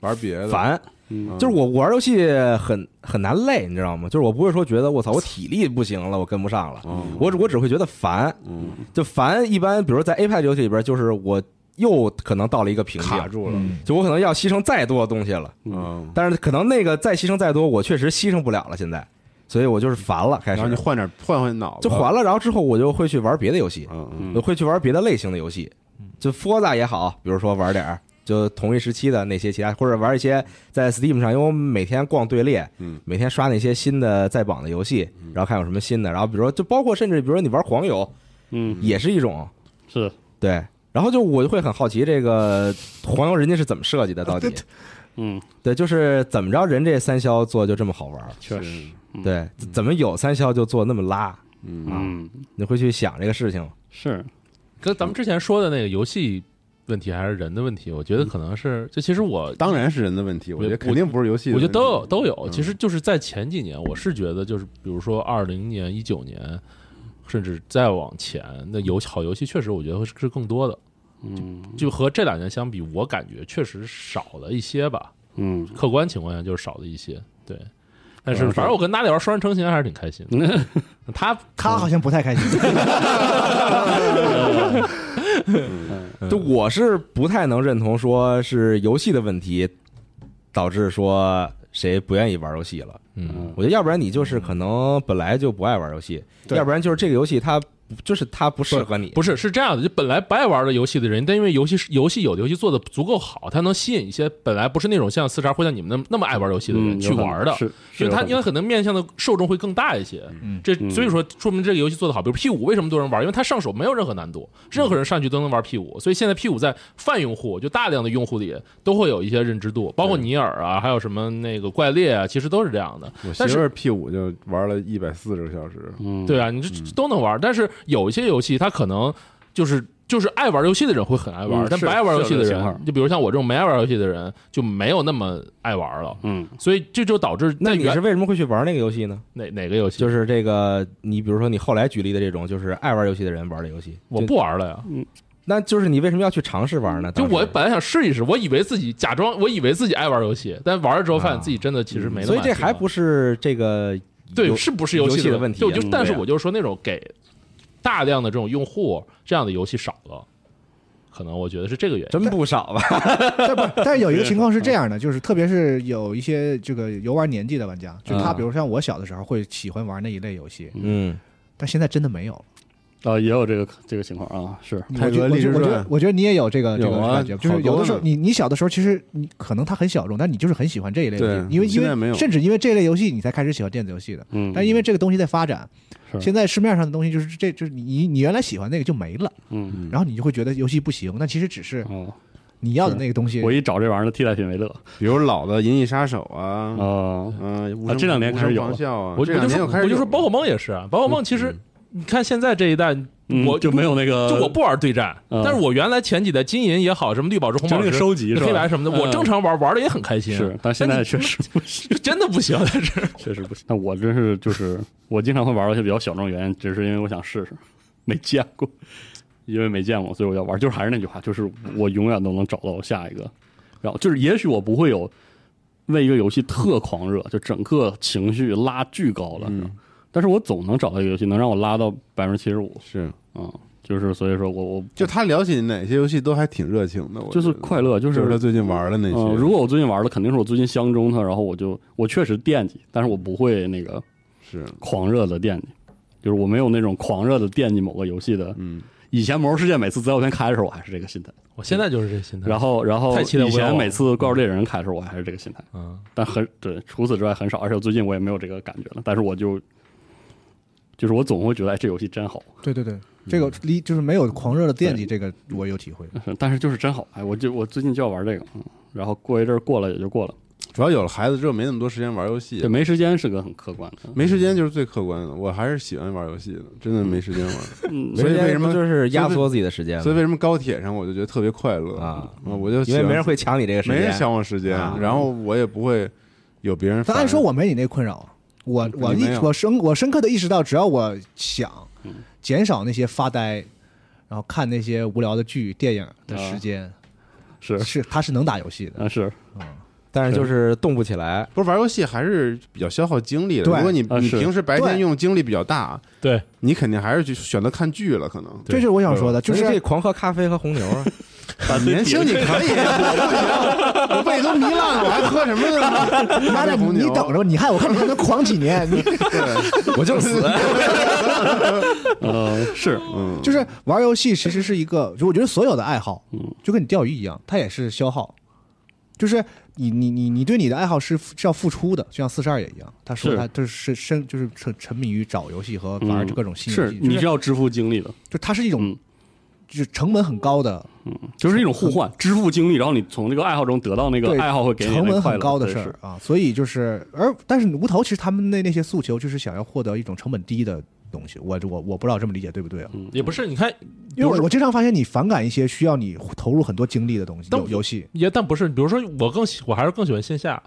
玩别的，
烦。
嗯
就是我玩游戏很很难累，你知道吗？就是我不会说觉得我操我体力不行了，我跟不上了，
哦
我只我只会觉得烦。
嗯
就烦一般，比如在 Apex 游戏里边，就是我又可能到了一个瓶
卡
颈，
住了，
就我可能要牺牲再多的东西了，
嗯，
但是可能那个再牺牲再多，我确实牺牲不了了，现在，所以我就是烦了，开
然后你嗯
始
换点换换脑子，
就还了，然后之后我就会去玩别的游戏，
嗯嗯。
我会去玩别的类型的游戏，就 Forza 也好，比如说玩点儿就同一时期的那些其他，或者玩一些在 Steam 上，因为我每天逛队列，
嗯
每天刷那些新的在榜的游戏，然后看有什么新的，然后比如说就包括甚至比如说你玩黄油
嗯，
也是一种
是啊
对，然后就我就会很好奇这个黄油人家是怎么设计
啊
的，到底
对
嗯，
对，就是怎么着人这三消做就这么好玩儿，
确实，嗯
对，怎么有三消就做那么拉，
啊
嗯
你会去想这个事情，
是
跟咱们之前说的那个游戏问题还是人的问题，我觉得可能是，就其实我
当然是人的问题，我觉得肯定不是嗯游戏的
我
问
觉得
题，
都有都有。其实就是在前几年，我是觉得就是比如说二零年、一九年，甚至再往前，那游好游戏确实我觉得会是是更多的。
嗯
就和这两年相比，我感觉确实少了一些吧。
嗯，
客观情况下就是少了一些，对。但
可
是
能是
反正我跟娜姐玩双人成行还是挺开心的。他
他好像不太开心。
就我是不太能认同说是游戏的问题导致说谁不愿意玩游戏了。
嗯
我觉得要不然你就是可能本来就不爱玩游戏，
对
要不然就是这个游戏它就是它不适合你，
不是，是这样的，就本来不爱玩的游戏的人，但因为游戏是游戏有的游戏做的足够好，它能吸引一些本来不是那种像四十二或像你们那么那么爱玩游戏的人
嗯
去玩的，
是，是
所以它
有可
因
能
为可能面向的受众会更大一些。
嗯
这所以说说明这个游戏做得好。比如 P 五为什么多人玩？因为它上手没有任何难度，任何人上去都能玩 P 五。所以现在 P 五在泛用户，就大量的用户里都会有一些认知度，包括尼尔啊，还有什么那个怪猎啊，其实都是这样的。
我媳
但是
妇儿 P 五就玩了一百四十个小时，
嗯
对啊，你这这都能玩儿，但是有一些游戏它可能就是就是爱玩游戏的人会很爱玩儿，
嗯
但
是
不爱玩游戏的
是有这个情
人，
况
就比如像我这种没爱玩游戏的人，就没有那么爱玩了。
嗯
所以这就导致
那
在
你
原
是为什么会去玩那个游戏呢？
哪哪个游戏？
就是是这个，你比如说你后来举例的这种，就是爱玩游戏的人玩的游戏，
我
就
不，玩了呀，
那就是你为什么要去尝试玩呢？
就
当时
我本来想试一试，我以为自己假装，我以为自己爱玩游戏，但玩了之后发现自己真的其实没那么
所以
爱
这
喜
还
欢
不是这个
对，
游
是不是
游戏
戏
的
的
问题
就就
嗯
但是
对啊
我就说那种给大量的这种用户这样的游戏少了，可能我觉得是这个原因。
真
嗯
不少吧？
但不，但是有一个情况是这样的，就是特别是有一些这个游玩年纪的玩家，就他
啊
比如像我小的时候会喜欢玩那一类游戏，
嗯，
但现在真的没有了。
啊，也有这个这个情况啊，是
*laughs* 泰
我觉
格
我
励
觉
志
我觉
传
得，我觉得你也有这个这
有
个
啊
感觉，就是
好多
有的时候
呢
你你小的时候其实你可能它很小众，但你就是很喜欢这一类游戏，
对
因为因
现在没
为
有
甚至因为这类游戏你才开始喜欢电子游戏的。
嗯，
但因为这个东西在发展，
是
现在市面上的东西就是这就是你你原来喜欢那个就没了，
嗯
然后你就会觉得游戏不行，那其实只是
哦，
你要的那个东西
我一找这玩意儿的替代品为乐
比如老的《银翼杀手》啊，
啊，
嗯，无
啊
声
这两年
无
开始
声
有
狂
了
笑啊，
我
这
我
两
就
年
说
又开始
我就
有
说
了
宝可梦也是啊，宝可梦其实你看现在这一代，
嗯
我
就没有那个，
就我不玩对战，
嗯
但是我原来前几代金银也好，什么绿宝石、红
就
宝
那个
石、
收集是吧
黑白什么的，
嗯
我正常玩玩的也很开心，啊
是，但现在确实不行，
就真的不行，但是
确实不行。那我真是就是我经常会玩一些比较小众的原因，只是因为我想试试，没见过，因为没见过，所以我要玩。就是还是那句话，就是我永远都能找到下一个，然后就是也许我不会有为一个游戏特狂热，就整个情绪拉巨高的，
嗯
但是我总能找到一个游戏能让我拉到百分之七十五，
是，
嗯，就是所以说我我
就他聊起哪些游戏都还挺热情的，我
就是
觉得
快乐，就
就是
是
他最近玩的那
嗯，
些。
如果我最近玩的肯定是我最近相中它，然后我就我确实惦记，但是我不会那个
是
狂热的惦记，就是我没有那种狂热的惦记某个游戏的。
嗯，
以前魔兽世界每次资料片开的时候，我还是这个心态，
*laughs* 我现在就是这心态。
然后然后
太期待
以
无聊
前
了
每次怪物猎人开的时候，我还是这个心态，
嗯，
但很对，除此之外很少，而且我最近我也没有这个感觉了，但是我就。就是我总会觉得，哎，这游戏真好， *laughs*
对对对，这
嗯
个离就是没有狂热的惦记，这个我有体会。
但是就是真好，哎，我就我最近就要玩这个，嗯，然后过一阵儿过了也就过了，
主要有了孩子之后没那么多时间玩游戏
对，，没时间是个很客观的，
没时间就是最客观的。我还是喜欢玩游戏的，真的没时间玩。
嗯，
所以为什么
不就是压缩自己的时间吗？
所以为什么高铁上我就觉得特别快乐
啊
我就喜
因
欢
为没人会抢你这个时
没
间，
人抢我时间
啊，
然后我也不会有别人烦。
但按说我没你那困扰，我我
你
一
嗯没有
我深我深刻的意识到，只要我想
嗯
减少那些发呆，然后看那些无聊的剧、电影的
啊
时间，
是
是他是能打游戏的。
啊是，
但是就是动不起来。
不是玩游戏还是比较消耗精力的。
对
如果你
啊
你
是
平时白天
对
用精力比较大，
对，
你肯定还是去选择看剧了，可能。
这就是我想说的，就
所以可以
是
狂喝咖啡和红牛啊，
年轻你可以，啊我不行，我胃都糜烂了，我还喝什么呢？
*laughs* 妈
拿
的，
着红
你
牛，
等着，你看我看你还能狂几年，你
*laughs* 我就 *laughs* 死。
呃是，
嗯，
就是玩游戏其实是一个，就我觉得所有的爱好
嗯，
就跟你钓鱼一样，它也是消耗，就是你你你你对你的爱好是是要付出的，就像四十二也一样，他说
是
他就是深就是沉沉迷于找游戏和玩
嗯
各种新游
是
戏，
你
就是
是要支付精力的，
就它是一种
嗯
就是成本很高的
就是一种互换，支付精力，然后你从这个爱好中得到那
对
个爱好会给你
成
那
本
快乐
很高的
对
事
是
儿啊，所以就是而但是无头其实他们那那些诉求就是想要获得一种成本低的东西，我我我不知道这么理解对不对啊？
嗯
也不是，你看，比
因为
如
我
说
我经常发现你反感一些需要你投入很多精力的东西，
但
游游戏。
也但不是，比如说我更喜，我还是更喜欢线下。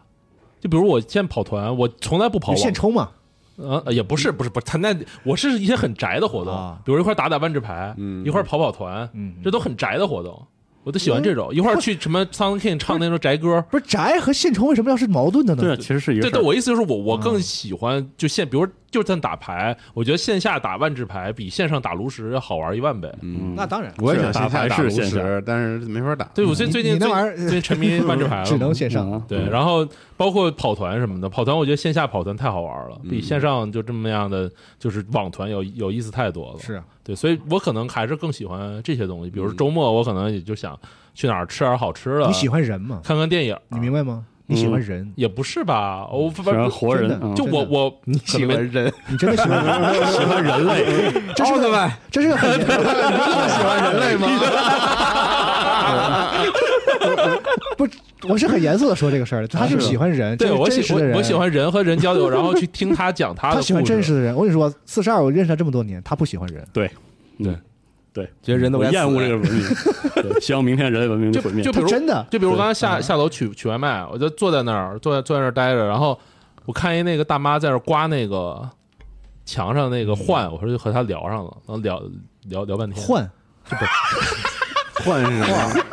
就比如我现在跑团，我从来不跑
就
网
现抽嘛，
呃，也不是，不是，不是，他那我是一些很宅的活动，
啊
比如一块儿打打万智牌，
嗯
一块儿跑跑团，
嗯
这都很宅的活动，我都喜欢这种，一块儿去什么 s o u n King 唱那种宅歌。
不是宅和现充为什么要是矛盾的呢？
对，其实是一个
对，啊
事
但
儿
我意思就是我我更喜欢就现，比如就算打牌，我觉得线下打万智牌比线上打炉石要好玩一万倍。
嗯，
那当然，
我也想
是
线下
打牌
试试
打线下，
但是没法打。
对，我最
你
最近
你那
最
玩意儿呃
最近嗯沉迷万智牌了，
*laughs* 只能线上。
啊，
对，然后包括跑团什么的，跑团我觉得线下跑团太好玩
嗯
了，比线上就这么样的就是网团有有意思太多了。
是啊，
对，所以我可能还是更喜欢这些东西，比如说周末我可能也就想去哪儿吃点好吃的，
你喜欢人嘛？
看看电影，
你嗯明白吗？你喜欢人，
也不是吧？我
喜欢
反
活人
真的
啊
就我
真
我你
喜欢 *laughs* 人，
你真的喜
*laughs*
欢人，
喜欢人类，
这是
奥特
个
曼，
这是个很
喜欢人类吗？
不，我是很严肃的说这个
*laughs*
事儿的。他就是喜欢
*laughs*
人，
对
这是
我
真
喜
实的
我
人，
我喜欢人和人交流，然后去听他讲他的
他
故事。
喜欢真实的人。我跟你说，四十二，我认识他这么多年，他不喜欢人。
觉得人都
我
该死
厌恶这个文明，对希望明天人类文明
就
的毁灭
就。比
他
如
真的
就比如我刚才
嗯
下下楼取取外卖，我就坐在那儿坐在坐在那儿待着，然后我看一那个大妈在那儿刮那个墙上
嗯
那个换，我说就和她聊上了，然后聊聊聊半天，
换
换是什么？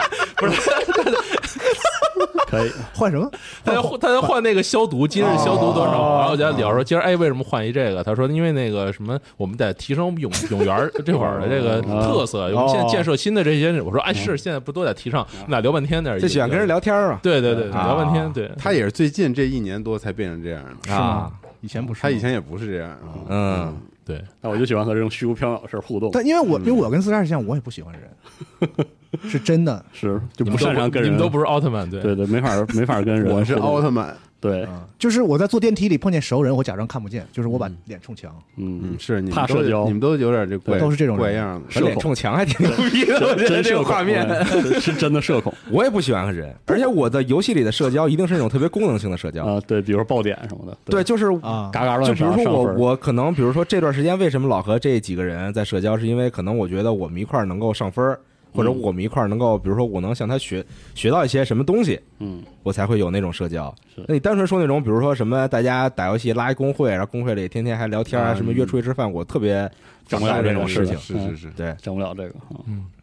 可以，
换什么？
她在她在换那个消毒，今日消毒多少？
哦
然后我跟她聊说今儿哎为什么换一这个？她说因为那个什么我们得提升永永园儿这会儿的这
哦
个特色，我们现在建设新的这些，我说哎是现在不都在提倡？我们俩聊半天在那儿
嗯就喜欢跟人，聊天儿嘛，
对对对，
啊
聊半天对。
他也是最近这一年多才变成这样的。
啊，
以前不是
他以前也不是这样，
嗯，
对，
*laughs* 那我就喜欢和这种虚无缥缈的事儿互动，
但因为我因为我跟四十二像，我也不喜欢
*laughs*
人，是真的。
是就
你
不
们都
擅长跟
你
人，
们都不是奥特曼，对
对对，没法没法跟
*laughs*
人。
我是奥
特，
特曼，
对，
嗯
啊，就是我在坐电梯里碰见熟人，我假装看不见，就是我把脸冲墙。
嗯
嗯，， *laughs* 是你们
怕
都
社交
你们都有点这怪，
都是这种人
怪样子。
把脸冲墙还 *laughs* 挺牛逼的，我觉得
真
这
社
个
恐，
画面。
嗯是真的社恐
我也不喜欢人，而且我的游戏里的社交一定是那种特别功能性的社交，
啊，对，比如说爆点什么的，
嗯对，，就是
啊
嘎嘎乱
就比如
杀
说
上
我
分儿
我可能比如说这段时间为什么老和这几个人在社交，是因为可能我觉得我们一块儿能够上分儿，或
嗯
者我们一块儿能够，比如说我能向他学学到一些什么东西，
嗯，
我才会有那种社交
是。
那你单纯说那种，比如说什么大家打游戏拉一工会，然后工会里天天还聊天啊，什么约出去吃饭，我特别
整不
反
了
感
这
这
种
种
事
事
情
情。
是是是，
对，
整不了这个。啊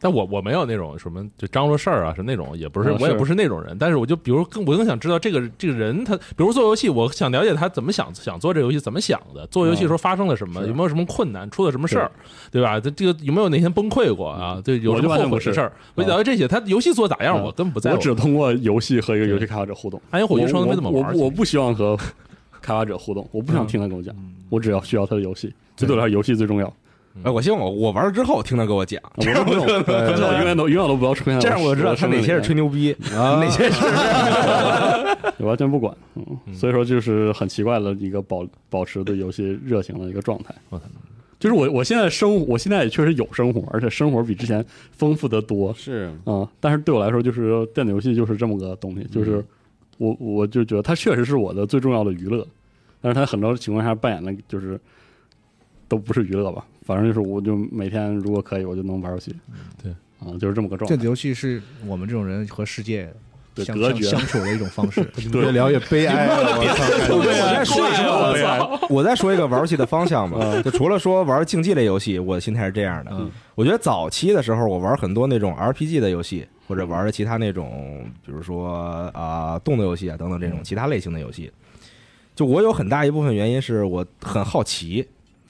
但我我没有那种什么就张罗事儿啊，是那种也不是，
啊
我也
是
不是那种人。但是我就比如更我更想知道这个这个人他，比如做游戏，我想了解他怎么想想做这游戏怎么想的，做游戏的时候发生了什么，
是
有没有什么困难，出了什么事儿，对吧？这这个有没有哪天崩溃过啊？对，有
我
什
就
么
完全
后悔
不是
的事儿？我就了解这些，他游戏做咋样，
啊
我根本不在乎。
我只通过游戏和一个游戏开发者互动。
暗影火炬双飞怎么
我
玩儿？
我我不希望和开发者互动，我不想听他跟我讲，我只要需要他的游戏。这对我来说，游戏最重要。啊
哎，我希望我我玩了之后听他给我讲，
我都不用，真的，我永远都永远都不要出现在
这样我知道他哪些是吹
吹，
牛逼，
啊
哪些是
我完全不管。嗯，所以说就是很奇怪的一个保保持对游戏热情的一个状态
我操。
就是我我现在生活，我现在也确实有生活，而且生活比之前丰富的多。
是
啊、但是对我来说，就是电子游戏就是这么个东西，就是我我就觉得它确实是我的最重要的娱乐，但是它很多情况下扮演的就是都不是娱乐吧，反正就是我就每天如果可以，我就能玩游戏，
对，
啊、就是这么个状
电
态
子，游戏是我们这种人和世界
对
相
隔
相
绝
相处的一种
*laughs*
方式。
呃
*laughs*
越聊越悲哀了。我操，
我
啊
再说一
怪我
说， *laughs* 我我再说一个玩游戏的方向吧。
嗯
就除了说玩竞技类游戏，我的心态是这样的。
嗯
我觉得早期的时候，我玩很多那种 RPG 的游戏，或者玩的其他那种，比如说啊、动作游戏啊等等这种
嗯
其他类型的游戏。就我有很大一部分原因是我很好奇，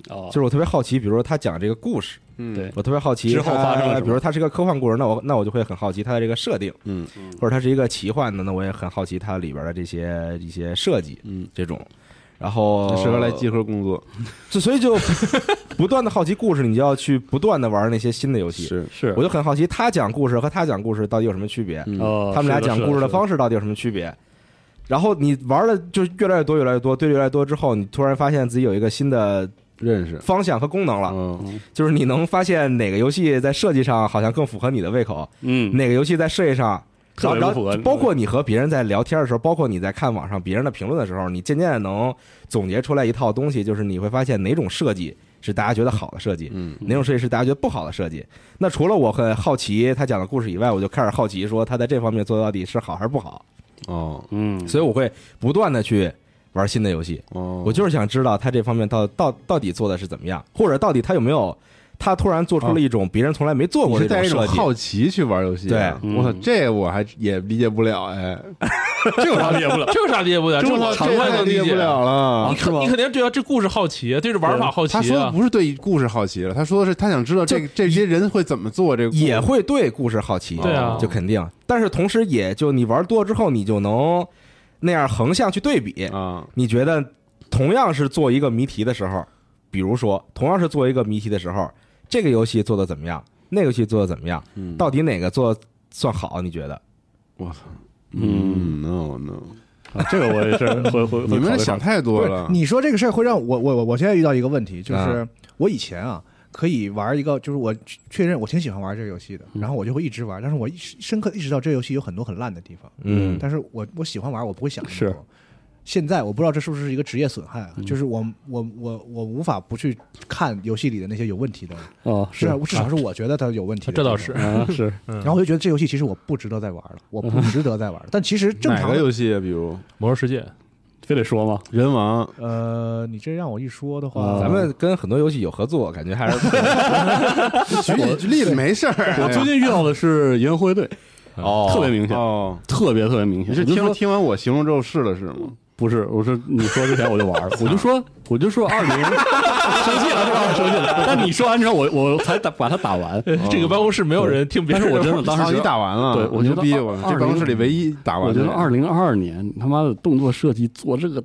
啊，
就是我特别好奇，比如说他讲这个故事，
嗯
对
我特别好奇
之后发生了什
它
么
比如它是一个科幻故事，那我那我就会很好奇它的这个设定，
嗯，
或者它是一个奇幻的，那我也很好奇它里边的这些一些设计，
嗯，
这种。然后
适合来集合工作，
就所以就不断的好奇故事，你就要去不断的玩那些新的游戏。
是
是
我就很好奇，他讲故事和他讲故事到底有什么区别？
嗯
啊，
他们俩讲故事
的
的方式到底有什么区别？然后你玩的就越来越多，越来越多，对越来越多之后，你突然发现自己有一个新的
认识。
方向和功能了，
嗯，
就是你能发现哪个游戏在设计上好像更符合你的胃口，
嗯，
哪个游戏在设计上。
特
然
别
后然
不符
后
合
包括你和别人在聊天的时候，包括你在看网上别人的评论的时候，你渐渐地能总结出来一套东西，就是你会发现哪种设计是大家觉得好的设计，
嗯，
哪种设计是大家觉得不好的设计。那除了我很好奇他讲的故事以外，我就开始好奇说他在这方面做到底是好还是不好，
哦
嗯，
所以我会不断的去玩新的游戏。
哦，
我就是想知道他这方面到到到底做的是怎么样，或者到底他有没有。他突然做
哦
出了一种别人从来没做
我
过
是
的
带
一
一种
设计。
好奇去玩游戏的，
对
我操，这我还也理解不了哎，
这有啥理解不
*laughs*
了？
这有啥理解不了？这
这
我
我
场
这
外
太
能
理
理
解不
解。啊
了了
你。肯你肯定对啊，这故事好奇，对这玩法好奇
他说的
啊。
不是对故事好奇了，他说的是他想知道这这些人会怎么做这个故事
也会对故事好奇，
对啊
就肯定。但是同时，也就你玩多了之后，你就能那样横向去对比。
啊，
你觉得同样是做一个谜题的时候，比如说同样是做一个谜题的时候，这个游戏做的怎么样？那个游戏做的怎么样？
嗯
到底哪个做算好？你觉得？
嗯，no no，
啊这个我
*laughs*
也是会会
你
会考
们
虑
想
上。
太多
不
了
是，。你说这个事儿会让我我我我现在遇到一个问题，就是
啊
我以前啊可以玩一个，就是我确确认我挺喜欢玩这个游戏的，然后我就会一直玩，但是我一深刻地意识到这个游戏有很多很烂的地方，
嗯
但是我我喜欢玩，我不会想那么
是嗯
多。现在我不知道这是不是一个职业损害啊，就是我我我我无法不去看游戏里的那些有问题的，
哦，
至
啊
少至少是我觉得它有问题的地
这
方。
倒是，
啊，是
然后我就觉得这游戏其实我不值得再玩了，我不值得再玩了。但其实正
哪
常
个
的
游戏啊？比如《
魔兽世界，
非得说吗？
人王》
呃，你这让我一说的话，
咱们跟很多游戏有合作，感觉还是
举举举例子没事儿。
我最近遇到的是银河护卫队，
哦
特别明显，
哦，
特别特别明显。
你是
我就
听
说
听完我形容之后试了试吗？
不是，我说你说之前我就 *laughs* 玩了，我就说我就说二零， *laughs* 生气了是吧？生气了。 *laughs* 但你说完之后，我我才打把它打 *laughs* 完。
这个办公室没有人听别
但
人
是
玩。
我真的当时
哦
觉
你
得
打完了，
对我觉
牛
得
逼，
二
我这
二零
办公室里唯一打完
哦我
的
觉
人。
得二零二二年你他妈的动作设计做这个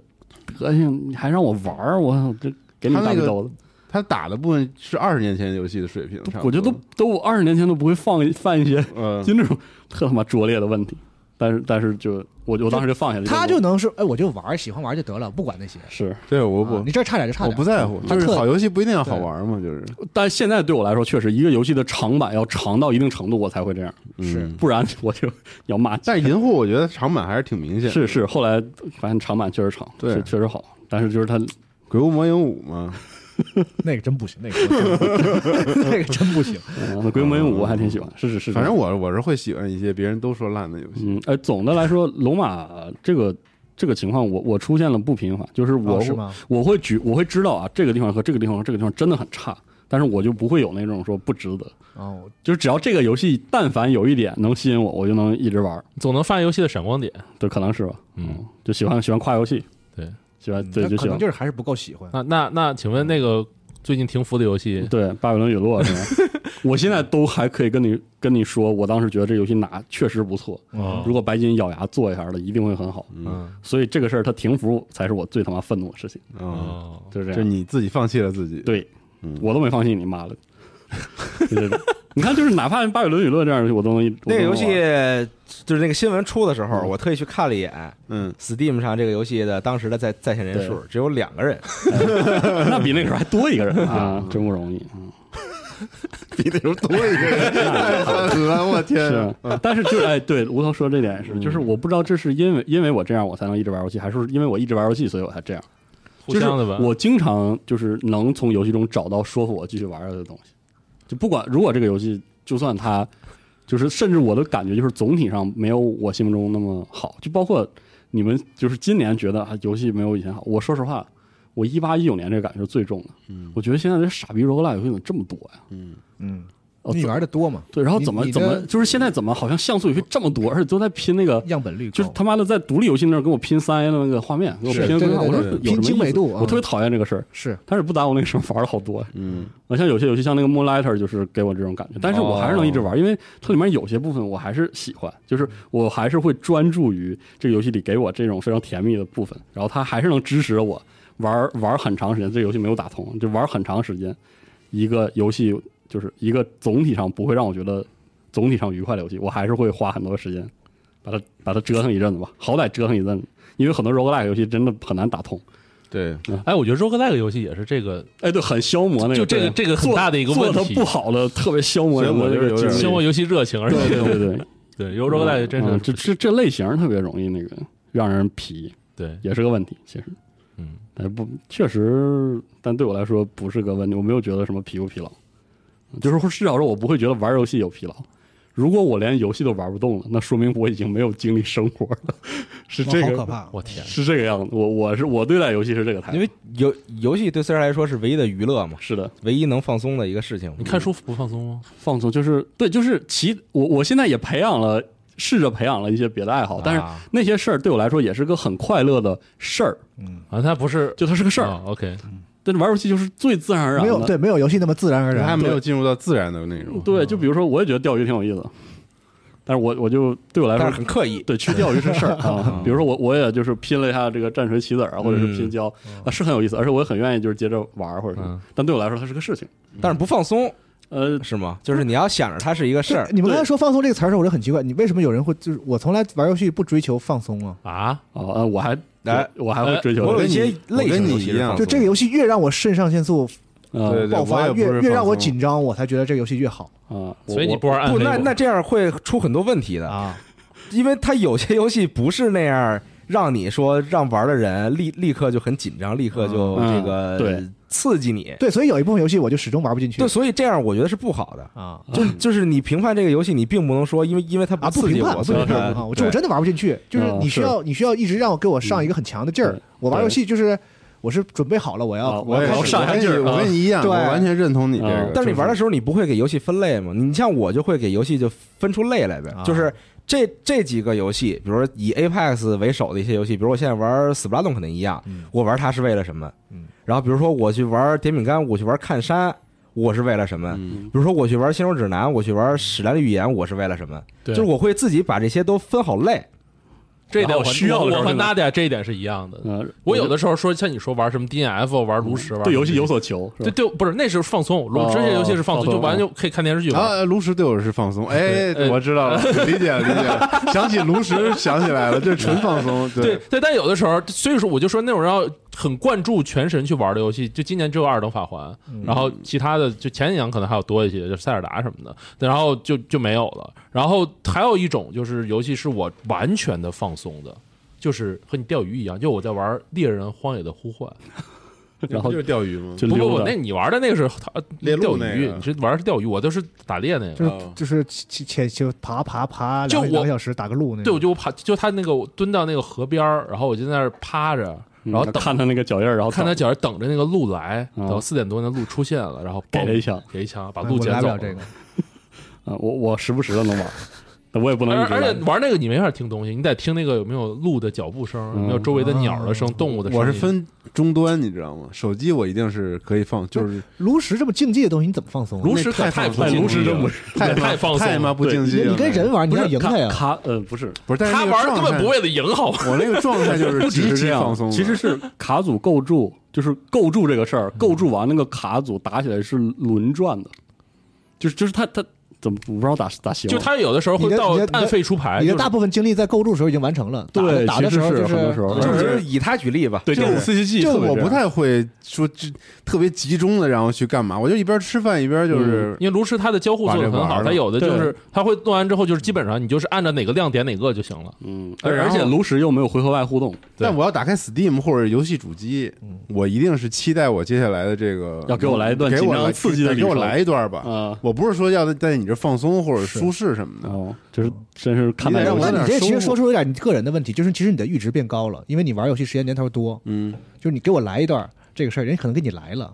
德行，你还让我玩儿，我操这给你
他那
大
个
个刀子！
他打的部分是二十年前游戏的水平，差不
我觉得
多
都都我二十年前都不会放一犯一些
呃
就那种特他妈拙劣的问题，但是但是就我就我当时就放下了，
他就能说，哎，我就玩儿，喜欢玩儿就得了，不管那些。
是，
对我不
啊你这儿差点就差
我
点，
不在乎，
他
就是
特
好游戏不一定要好玩嘛，就是
但现在对我来说，确实一个游戏的长板要长到一定程度，我才会这样，
是
嗯
不然 *laughs* 我就要骂街。
但银护我觉得长板还是挺明显的，
是是，后来发现长板确实长，
对
是确实好，但是就是它
鬼屋魔影五嘛，
那个真不行，那个真不行那个真不行。
《鬼门五》我还挺喜欢，是是是，
反正我我是会喜欢一些别人都说烂的游戏，
嗯，哎，总的来说，龙马这个这个情况我，我出现了不平衡，就是我、
哦是吗
我会举我会知道啊，这个地方和这个地方和这个地方真的很差，但是我就不会有那种说不值得，
哦，
就是只要这个游戏但凡有一点能吸引我，我就能一直玩儿，
总能发现游戏的闪光点。
对，可能是吧，
嗯，
就喜欢喜欢跨游戏，
对，啊
喜欢对
嗯那
就
可
喜
能
欢
就是还是不够喜欢。
那那那，请问那个最近停服的游戏，
对《巴比伦陨落》是吗？我现在都还可以跟你跟你说，我当时觉得这游戏哪确实不错，如果白金咬牙做一下的，一定会很好。
嗯，
所以这个事儿它停服才是我最他妈愤怒的事情，
啊，
哦，
就是这
就
样。
你自己放弃了自己，
对
嗯，
我都没放心你妈的。 *laughs* 就是你看，就是哪怕《巴比伦陨落》这样的游戏，我都能一
那个游戏
我都能玩
就是那个新闻出的时候，我特意去看了一眼
*laughs* 嗯，
Steam 上这个游戏的当时的在在线人数，只有两个人。
*laughs* 那比那个时候还多一个人啊，真不容易。嗯
比那时候多一个 *laughs* 人，太狠了，我天啊，
是，但是就是哎，对吴涛说这点是，就是我不知道这是因为因为我这样我才能一直玩游戏，还是因为我一直玩游戏所以我才这样。
互
就是
相的吧。
我经常就是能从游戏中找到说服我继续玩下去的东西，就不管如果这个游戏就算它就是甚至我的感觉就是总体上没有我心目中那么好，就包括你们就是今年觉得啊游戏没有以前好，我说实话，我一八一九年这个感觉是最重的，
嗯
我觉得现在这傻逼 r o l 游戏怎么这么多呀？
嗯，
嗯，
哦
你
怎
玩的多吗？
对，然后
你
怎么
你
怎么
的
就是现在怎么好像像素游戏这么多，而且都在拼那个。
样本率
就是
高
他妈的在独立游戏那儿跟我拼三 A 的那个画面，给我
是
拼
对对
我说
对对
有什么
拼精
意
美
思
度啊
我特别讨厌这个事儿。
是
但是不打我那个时候玩了好多。
嗯，
啊，像有些游戏，像那个 Moonlighter，就是给我这种感觉，但是我还是能一直玩，因为它里面有些部分我还是喜欢，就是我还是会专注于这个游戏里给我这种非常甜蜜的部分，然后它还是能支持我玩玩很长时间。这个游戏没有打通，就玩很长时间，一个游戏就是一个总体上不会让我觉得总体上愉快的游戏，我还是会花很多时间把它把它折腾一阵子吧，好歹折腾一阵子，因为很多 roguelike 游戏真的很难打通。
对，
哎，我觉得 roguelike 游戏也是这个
哎，对，很消磨那个，
就这个
对
这个很
做
大的一个问
做的
题
不好的特别消磨人
所以我
的这
就是有
个
点
精
对
力
消磨游戏热情，而且
对对对对，
*laughs* 对，有 roguelike 真是
嗯这这这类型特别容易那个让人皮，
对
也是个问题，其实，
嗯，
但是不确实，但对我来说不是个问题，我没有觉得什么疲不疲劳，就是至少说我不会觉得玩游戏有疲劳。如果我连游戏都玩不动了，那说明我已经没有精力生活了， *laughs* 是这
好
个
可怕！啊
我天，
是这个样子。我我是我对待游戏是这个态
因
度，
为游游戏对 C 人来说是唯一的娱乐嘛，
是的，
唯一能放松的一个事情。
你看书不放松吗？
放松就是对，就是其我我现在也培养了，试着培养了一些别的爱好，但是
啊
那些事儿对我来说也是个很快乐的事儿，
啊，它不是
就它是嗯个事儿。
啊，OK，
但是玩游戏就是啊最自然而然
没有
的，
对，没有游戏那么自然而
还
然。
没有进入到自然的那种。
对，就比如说我也觉得钓鱼挺有意思，但是我我就对我来
但
说
是很刻意，
对，去钓鱼是事儿啊。比如说我我也就是拼了一下这个战锤棋子儿啊，或者是拼胶啊，是很有意思，而且我也很愿意就是接着玩儿或者什么
嗯。
但对我来说，它是个事情。
但是不放松
呃，
是吗？就是你要想着它是一个事儿
对，你们刚才说放松这个词儿的时候，我就很奇怪，你为什么有人会就是我从来玩游戏不追求放松啊？
啊，
啊，呃我还
哎
我我还会追求
我有一些
我跟你
类型游戏
一
是
样
放松
就这个游戏越让我肾上腺素
啊
对对
爆
我
发，
也不是
越
放
越让我
松
紧张，我才觉得这个游戏越好
啊，
所以你
我
不玩暗
不，
黑
那
吗
那这样会出很多问题的，
啊。
因为它有些游戏不是那样让你说让玩的人立立刻就很紧张，立刻就
嗯
这个
对
刺激你。
对，所以有一部分游戏我就始终玩不进去
对，所以这样我觉得是不好的。
啊
就就是你评判这个游戏，你并不能说因为因为它
啊！不
刺激
评
我，
判，不
所以
评判
它
啊！我这我
对
真的玩不进去，就是
嗯
你需
是
要你需要一直让我给我上一个很强的劲儿
嗯。
我玩游
对
戏就是我是准备好了，我
啊
要
我也
我
要开
要
始
上
我
来
跟你
劲儿啊
我跟你一样，
对
我完全认同你这
啊
个。
但是你玩的
就
时候，你不会给游戏分类吗？你像我就会给游戏就分出类来呗，
啊
就是这这几个游戏，比如说以 Apex 为首的一些游戏，比如我现在玩 Splatoon 肯定一样，
嗯
我玩它是为了什么？
嗯
然后比如说我去玩点饼干，我去玩看山，我是为了什么？
嗯
比如说我去玩《新手指南》，我去玩《史莱的语言》，我是为了什么？
对
就是我会自己把这些都分好类。
这一
然
点啊
后
我和
需要的时
我
候
和
就能
Nadia 这一点是一样的。
呃
我有的时候说像你说玩什么 DNF，玩炉石，玩
嗯对游戏有
所
所求，是
对
吧
对，不是那是放松，炉
哦
这些游戏是放松，
放松
就完就可以看电视剧玩。
啊，炉石对我是放松，哎
对，呃
我知道了，理解了，理解了。想起炉石，想起来了，这纯放松。
*laughs* 对，对，但有的时候，所以说我就说那种要很灌注全神去玩的游戏，就今年只有《二等法环》，然后其他的就前几年可能还有多一些，就是塞尔达什么的，然后就就没有了。然后还有一种就是游戏是我完全的放松的，就是和你钓鱼一样，就我在玩《猎人：荒野的呼唤》。
然后
就是钓鱼吗？
就
不不
溜
不，那
达。
你玩的那个是他呃
猎
钓
鹿那
鱼，
个
你是玩的是钓鱼，我都是打猎那
就
个。
是
啊
哦
就是潜潜就爬爬爬
就
两个两
我
个小时打个路那
对，我
种。
就爬，就他那个我蹲到那个河边儿，然后我就在那儿趴着，然后
嗯
等
看他那个脚印儿，然后
哦看他
等
脚上等着那个鹿来，
哦
嗯
等四点多那鹿出现了，然后
给
嘣
了一枪。
给一枪把
哎
鹿
我
捡
来不
走
了这个。
啊，我我时不时的能玩儿，但我也不能
而
一直
而且
玩
玩那个你没法听东西，你得听那个有没有鹿的脚步声，有没有周围的鸟
啊
的声、动物的声音。
嗯我是分终端，你知道吗？手机我一定是可以放，就是
炉石这么竞技的东西，你怎么放松啊？
炉石
那太
可太不
放松
哎
了
竞
炉
技
石真
了
不是
太
太放松了
太妈不
对
竞技
你
了。
你跟人玩，你
不
要
是
赢他呀。
咔咔呃不是
不是，但是
他
那个
玩根本
状态
不为了赢，好吗？
我那个状态就是
不只
极
是
其
这样
放松的，
其实是卡组构筑，就是构筑这个事儿，构筑完那个卡组打起来是轮转的，就是就是他他怎么我不知道咋咋形
就
容，
他有的时候会
你的
到
你的
按废出牌，
你的
就是
大部分精力在构筑的时候已经完成了，打的
对
打的时候
其实
就是
很多时候
就
而且
是以它举例吧，
对
就是
电子游戏
就
特别
我不
这样
太会说这特别集中的，然后去干嘛，我就一边吃饭一边就是
嗯
因为炉石它的交互做的很
把这玩
好，
儿
它
了
有的就是
对
它会弄完之后，就是基本上你就是按照哪个亮点哪个就行了。
嗯，
对
而
然
而
后
且炉石又没有回合外互动，
但我要打开 Steam 或者游戏主机，我一定是期待我接下来的这个
嗯要给我来一段
给我
紧张
来
刺激的
给我
旅程
来一段吧。
啊
我不是说要在你这放松或者
是
舒适什么的，
哦，就是真是看
你
待
得
游
让我
戏
那
有
你
点
这其实
收
说
获
出有点你个人的问题，就是其实你的阈值变高了，因为你玩游戏时间年头多，
嗯，
就是你给我来一段这个事儿，人家可能给你来了，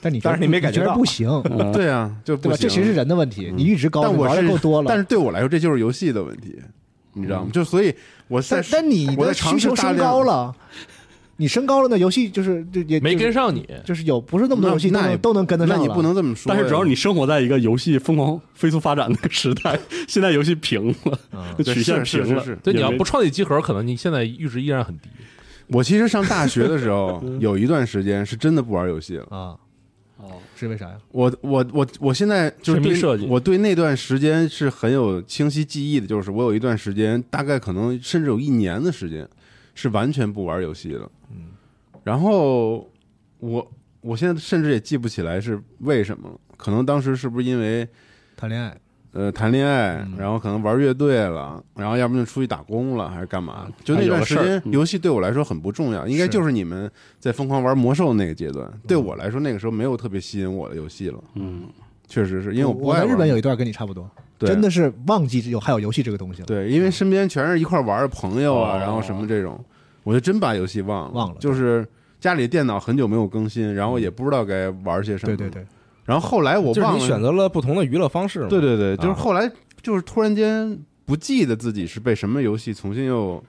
但你觉得
但是你没感觉
觉得
到
不行，
对啊，就
对
不
吧？
行嗯
这其实是人的问题，你阈值高，
但
你
我
玩
是
的够多了，
但是对我来说这就是游戏的问题，你知道
嗯
吗？就所以我在
但但你
我在
的需
尝试
求
大
升
量
高了，你升高了，那游戏就是就也
没
就是
跟上你，
就是有不是那么多游戏都
那
能都能跟得上
那
了，
你不能这么说呀。
但是只要你生活在一个游戏疯狂飞速发展的时代， *laughs* 现在游戏平了，
对
曲线
是是
平了
是是，
嗯对，你
也
要
没
不创立集合，可能你现在阈值依然很低。
我其实上大学的时
*laughs*
候
嗯
有一段时间是真的不玩游戏了。
啊。哦，是为啥呀？
我我我我现在就是
神秘
对
设计
我对那段时间是很有清晰记忆的，就是我有一段时间，大概可能甚至有一年的时间是完全不玩游戏的。嗯，然后我我现在甚至也记不起来是为什么了，可能当时是不是因为
谈恋爱，
呃谈恋爱，然后可能玩乐队了，然后要不就出去打工了，还是干嘛？就那段时
有
间
了事儿，嗯
游戏对我来说很不重要，应该就是你们在疯狂玩魔兽那个阶段。对我来说，那个时候没有特别吸引我的游戏了。
嗯，
确实是因为我不
我
爱
在
玩
日本有一段跟你差不多，
对
真的是忘记有还有游戏这个东西了。
对，因为身边全是一块玩的朋友啊，
哦
然后什么这种，我就真把游戏忘了，
忘了
就是家里电脑很久没有更新，然后也不知道该玩些什么。
对对。对，
然后后来我
就是
忘
你
了，
选择了不同的娱乐方式嘛。
对对对，就是
啊
后来就是突然间不记得自己是被什么游戏重新又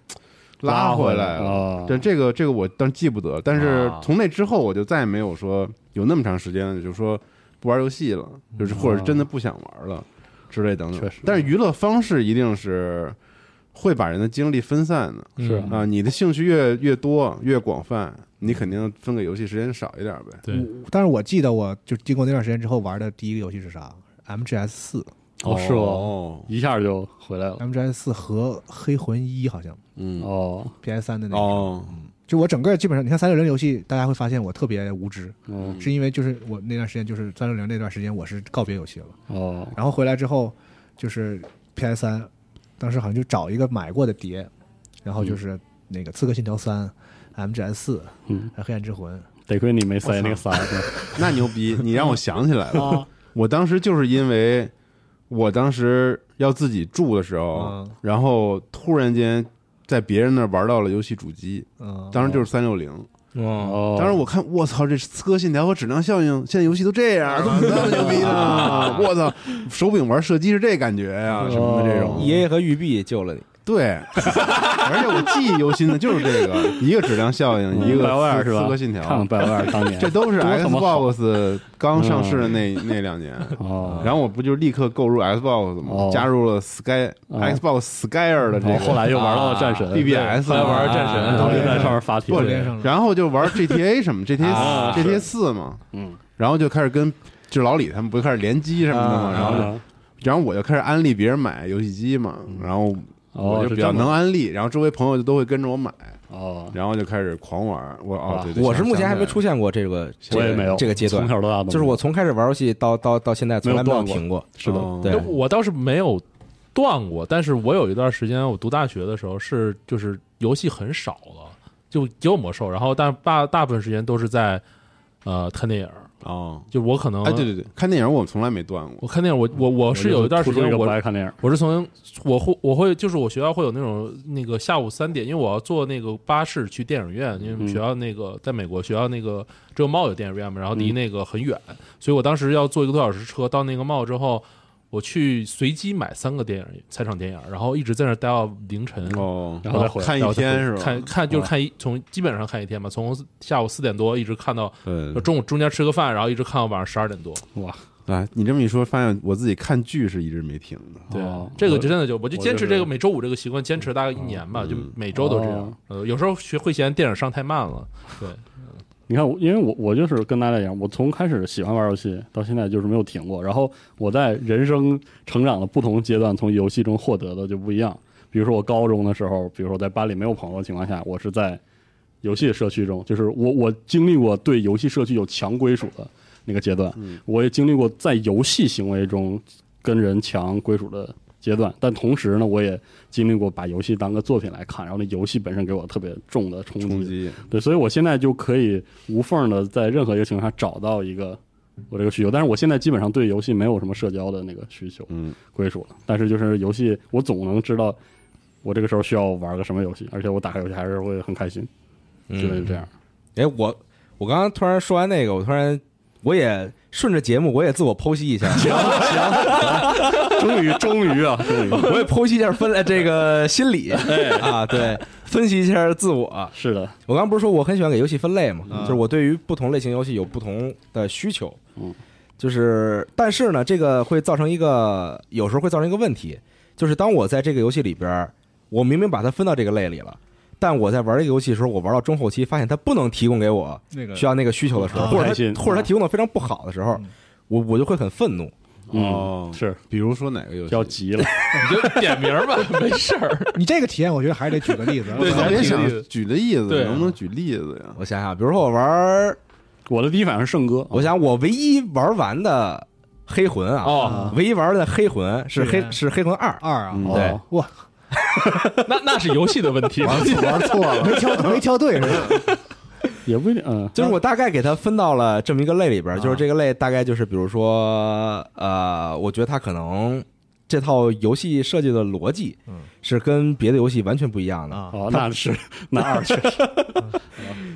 拉回来了。
啊，
对这个这个我当然记不得，但是
啊
从那之后我就再也没有说有那么长时间，就是说不玩游戏了，就是或者是真的不想玩了之类等等。
嗯啊确实
但是娱乐方式一定是会把人的精力分散的
嗯
是
啊，你的兴趣越越多越广泛，你肯定分给游戏时间少一点呗。
对，
但是我记得我就经过那段时间之后玩的第一个游戏是啥？MGS 四
哦是吗？
哦，
一下就回来了，
，MGS 四和黑魂一好像
嗯，
哦
PS 三的那个。
哦，
就我整个基本上，你看三六零游戏，大家会发现我特别无知，
哦
是因为就是我那段时间就是三六零那段时间我是告别游戏了，
哦，
然后回来之后就是 PS 三，当时好像就找一个买过的碟，然后就是那个《刺客信条三》、MGS 四、
嗯
还有黑暗之魂，
得亏你没塞那个塞子，
*laughs* 那牛逼！你让我想起来了，
啊
我当时就是因为我当时要自己住的时候，
啊
嗯
然后突然间在别人那儿玩到了游戏主机，
啊
嗯，
当时就是三六零。
哦，
哦，
当时我看，我操，这《刺客信条》和《质量效应》现在游戏都这
啊
样，怎么那么牛逼呢？我操，手柄玩射击是这感觉呀、什么的这
哦
种。
爷哦，E 爷和玉璧救了你。
对，
*laughs*
而且我记忆犹新的就是这个，一个《质量效应》，一个
嗯百万是
刺
吧？
刺客信
看
条
看》，百万当年
这都是
多他妈好嗯
Xbox 刚上市的那那两年。
哦，
然后我不就立刻购入 Xbox 吗？
哦
加入了 Sky、
哦
Xbox Skyer 的这
然
个，
后后来又玩到了战
啊
神
BBS
后来玩儿战神
然后就在上面发帖
不
都连上了
然后就玩 GTA 什么 GTA
啊
四 GTA 四嘛，
嗯，
然后就开始跟就老李他们不是开始联机什么的嘛，
啊
然后就
啊
然后我就开始安利别人买游戏机嘛，然后
哦
我就比较能安利，然后周围朋友就都会跟着我买，
哦，
然后就开始狂玩。我哦
哇
对对，
我是目前还没
想起
出现过这个，这
我
个
也没有
这个阶段
从，小到大都
就是我从开始玩游戏到到到现在从来没有停过。
是的哦
对
那，我倒是没有断过，但是我有一段时间，我读大学的时候是就是游戏很少了，就只有魔兽，然后但大大部分时间都是在呃看电影儿，
来哦，
就我可能
哎对对对，看电影我从来没断过，
我看电影，我我我是有一段时
我就
间
是突出一个不
我
爱看电影，
我是从我会我会就是我学校会有那种那个下午三点，因为我要坐那个巴士去电影
嗯
院，因为学校那个在美国学校那个只有 mall 有电影
嗯
院嘛，然后离那个很远，所以我当时要坐一个多小时车到那个 mall 之后，我去随机买三个电影三场电影，然后一直在那儿待到凌晨。
哦，
然后再回来
看一天是吧？哦
看看就是看一从基本上看一天吧，从下午四点多一直看到
对
中午中间吃个饭，然后一直看到晚上十二点多。
啊，你这么一说，发现我自己看剧是一直没停的。
对
哦，
这个
我
真的就我就坚嗯持
我就是
这个每周五这个习惯，坚持大概一年吧，就每周都这样
哦。
呃，有时候学会嫌电影上太慢了，对，
你看，我因为我我就是跟大家一样，我从开始喜欢玩游戏到现在就是没有停过。然后我在人生成长的不同阶段，从游戏中获得的就不一样。比如说我高中的时候，比如说在班里没有朋友的情况下，我是在游戏社区中，就是我我经历过对游戏社区有强归属的那个阶段，我也经历过在游戏行为中跟人强归属的阶段。但同时呢，我也经历过把游戏当个作品来看，然后那游戏本身给我特别重的冲击。
冲击，
对，所以我现在就可以无缝的在任何一个情况下找到一个我这个需求，但是我现在基本上对游戏没有什么社交的那个需求
嗯，
归属了，但是就是游戏我总能知道我这个时候需要玩个什么游戏，而且我打开游戏还是会很开心，
嗯
就是这样。
哎，我我刚刚突然说完那个，我突然我也顺着节目，我也自我剖
*laughs*
析一下，
终于，终
*laughs*
于啊，终
嗯
于，
我也剖析一下分呃这个心理
哎
啊，对，分析一下自我。
是的，
我刚刚不是说我很喜欢给游戏分类嘛，就是我对于不同类型游戏有不同的需求。
嗯，
就是但是呢，这个会造成一个有时候会造成一个问题，就是当我在这个游戏里边儿，我明明把它分到这个类里了。但我在玩这个游戏的时候，我玩到中后期，发现它不能提供给我
那个
需要那个需求的时候，
啊
或
开
者
心
它或者它提供的非常不好的时候，我我就会很愤怒。
嗯
哦
是
比如说哪个游戏？
要急了，
*laughs* 你就点名吧， *laughs* 没事儿。
你这个体验，我觉得还是得举个例子。
我
对
特
咱
别
举个
想
例子
举个例子，
对
能不能举例子呀？
我想啊想，比如说我玩儿，
我的第一反应是圣歌，
我想我唯一玩完的黑魂啊，
哦，
唯一玩的黑魂是
对
黑是黑魂二，
二啊，
哦
嗯
对，
哇，
那那是游戏的问题。
玩错了，没挑没挑对是吧？
也不一定，嗯，
就是我大概给它分到了
啊
这么一个类里边儿，就是这个类大概就是比如说，呃，我觉得它可能这套游戏设计的逻辑
嗯
是跟别的游戏完全不一样的。
啊，
哦，那是那二确实，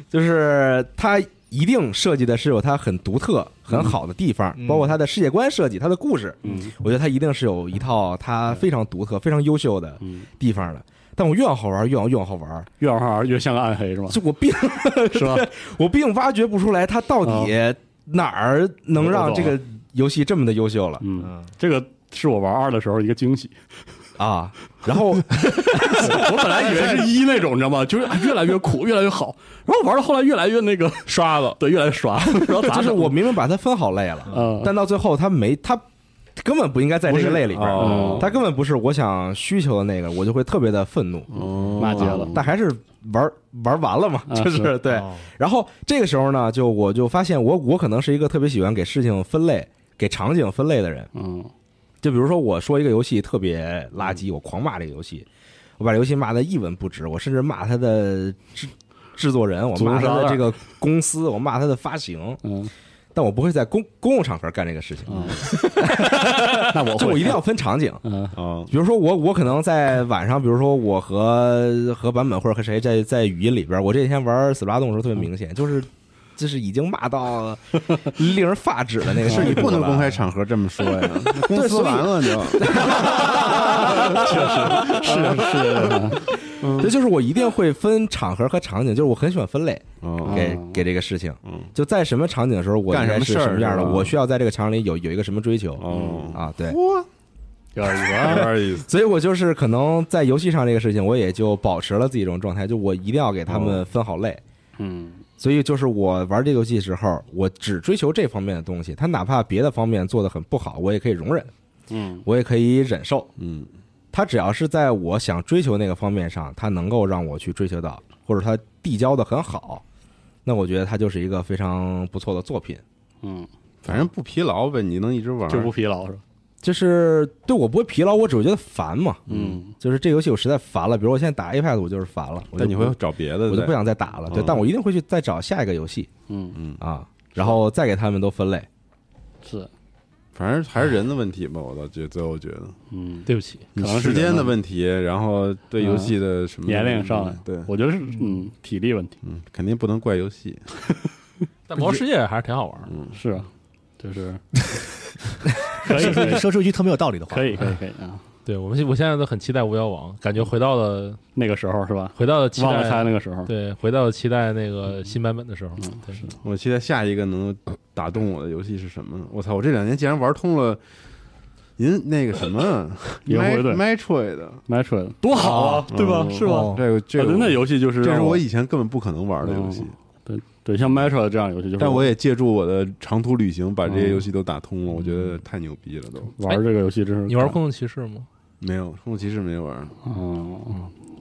就是它一定设计的是有它很独特、很好的地方，
嗯
包括它的世界观设计、它的故事，
嗯
我觉得它一定是有一套
嗯
它非常独特、非常优秀的
嗯，
地方的。但我越往后玩，越往越往后
啊
玩，
越往上越像个暗
*laughs*
黑是吧？
就我并
是吧？
我并挖掘不出来它到
啊
底哪儿能让这个游戏这么的优秀了
嗯，
嗯，
这个是我玩二的时候一个惊喜，
啊！然后
我本来以为是一那种，你知道吗？就是哎越来越苦，越来越好，然后玩到后来越来越那个刷了，对，越来越刷，然后咋
就是
整
我明明把它分好类了，
嗯
但到最后它没它根本不应该在这个类里
嗯
边儿，
哦
它根本不是我想需求的那个，我就会特别的愤怒。
骂
哦，
街了，
但还是玩玩完了嘛，
啊
*laughs* 就是对。
哦
然后这个时候呢，就我就发现我我可能是一个特别喜欢给事情分类、给场景分类的人。
嗯
就比如说，我说一个游戏特别垃
嗯
圾，我狂骂这个游戏，我把这游戏骂的一文不值，我甚至骂它的制制作人，我
组织
骂它
商
的
啊
这个公司，我骂它的发行，
嗯，
但我不会在公公共场合干这个事情，
那我
就我
会
一定要分场景。
嗯
哦，
比如说我我可能在晚上，比如说我和和版本或者和谁在在语音里边，我这几天玩死拉洞的时候特别明
嗯
显，就是就是已经骂到 *laughs* 令人发指的那
*laughs*
个
是
程
你
度了。
不能公开场合这么说 *laughs* 呀，公司完了就，
*laughs*
对，就是我一定会分场合和场景，就是我很喜欢分类
哦
给给这个事情，就在什么场景的时候我
嗯干
应该
什么
是
事儿
什么样的，
是吧
我需要在这个场景里有有一个什么追求
哦，
啊？对，
有点意思
有
啊，
点意思，
所以我就是可能在游戏上这个事情，我也就保持了自己这种状态，就我一定要给他
哦
们分好类。
嗯
所以就是我玩这个游戏的时候，我只追求这方面的东西，它哪怕别的方面做的很不好，我也可以容忍，
嗯
我也可以忍受。
嗯，
它只要是在我想追求那个方面上，它能够让我去追求到，或者它递交的很好，那我觉得它就是一个非常不错的作品。
嗯，
反正不疲劳呗，你能一直玩，
就不疲劳是吧？
就是对我不会疲劳，我只是觉得烦嘛。
嗯，
就是这游戏我实在烦了，比如我现在打 Apex，我就是烦了，我就
但你会找别的，
我就不，想再打了。对，
嗯
但我一定会去再找下一个游戏
嗯，
啊，然后再给他们都分类。
是，
反正还是人的问题吧，我倒觉得最后觉得，
嗯，
*laughs* 对不起，
可能是
时间
人
的
的
问题，然后对游戏的什么
年龄上来，
对，
我觉得是嗯体力问题，
嗯，肯定不能怪游戏，
*laughs* 但魔兽世界还是挺好玩的。
是啊，就是 *laughs* 可以可
说出
以
说出一句特没有道理的话，
哎可以可以可以啊，
对我们，我现在都很期待《巫妖王》，感觉回到了
那个时候是吧？
回到了嗯期
忘了
待
开那个时候，
对，回到期待那个新版本的时候，对，
我期待下一个能打动我的游戏是什么呢？我操，我这两年竟然玩通了。您那个什么
银魂对
m e t r o i d
买出来的多好啊，对吧？是吧？
哦
嗯
这个这
啊
个
对那游戏就是
这是
让
我以前根本不可能玩的游戏
嗯，对像 Metro 这样的游戏，就是
但我也借助我的长途旅行把这些
嗯
游戏都打通了，我觉得太牛逼了都。
哎玩这个游戏真是
你玩《空洞骑士》吗？
没有《空洞骑士》没玩，
嗯，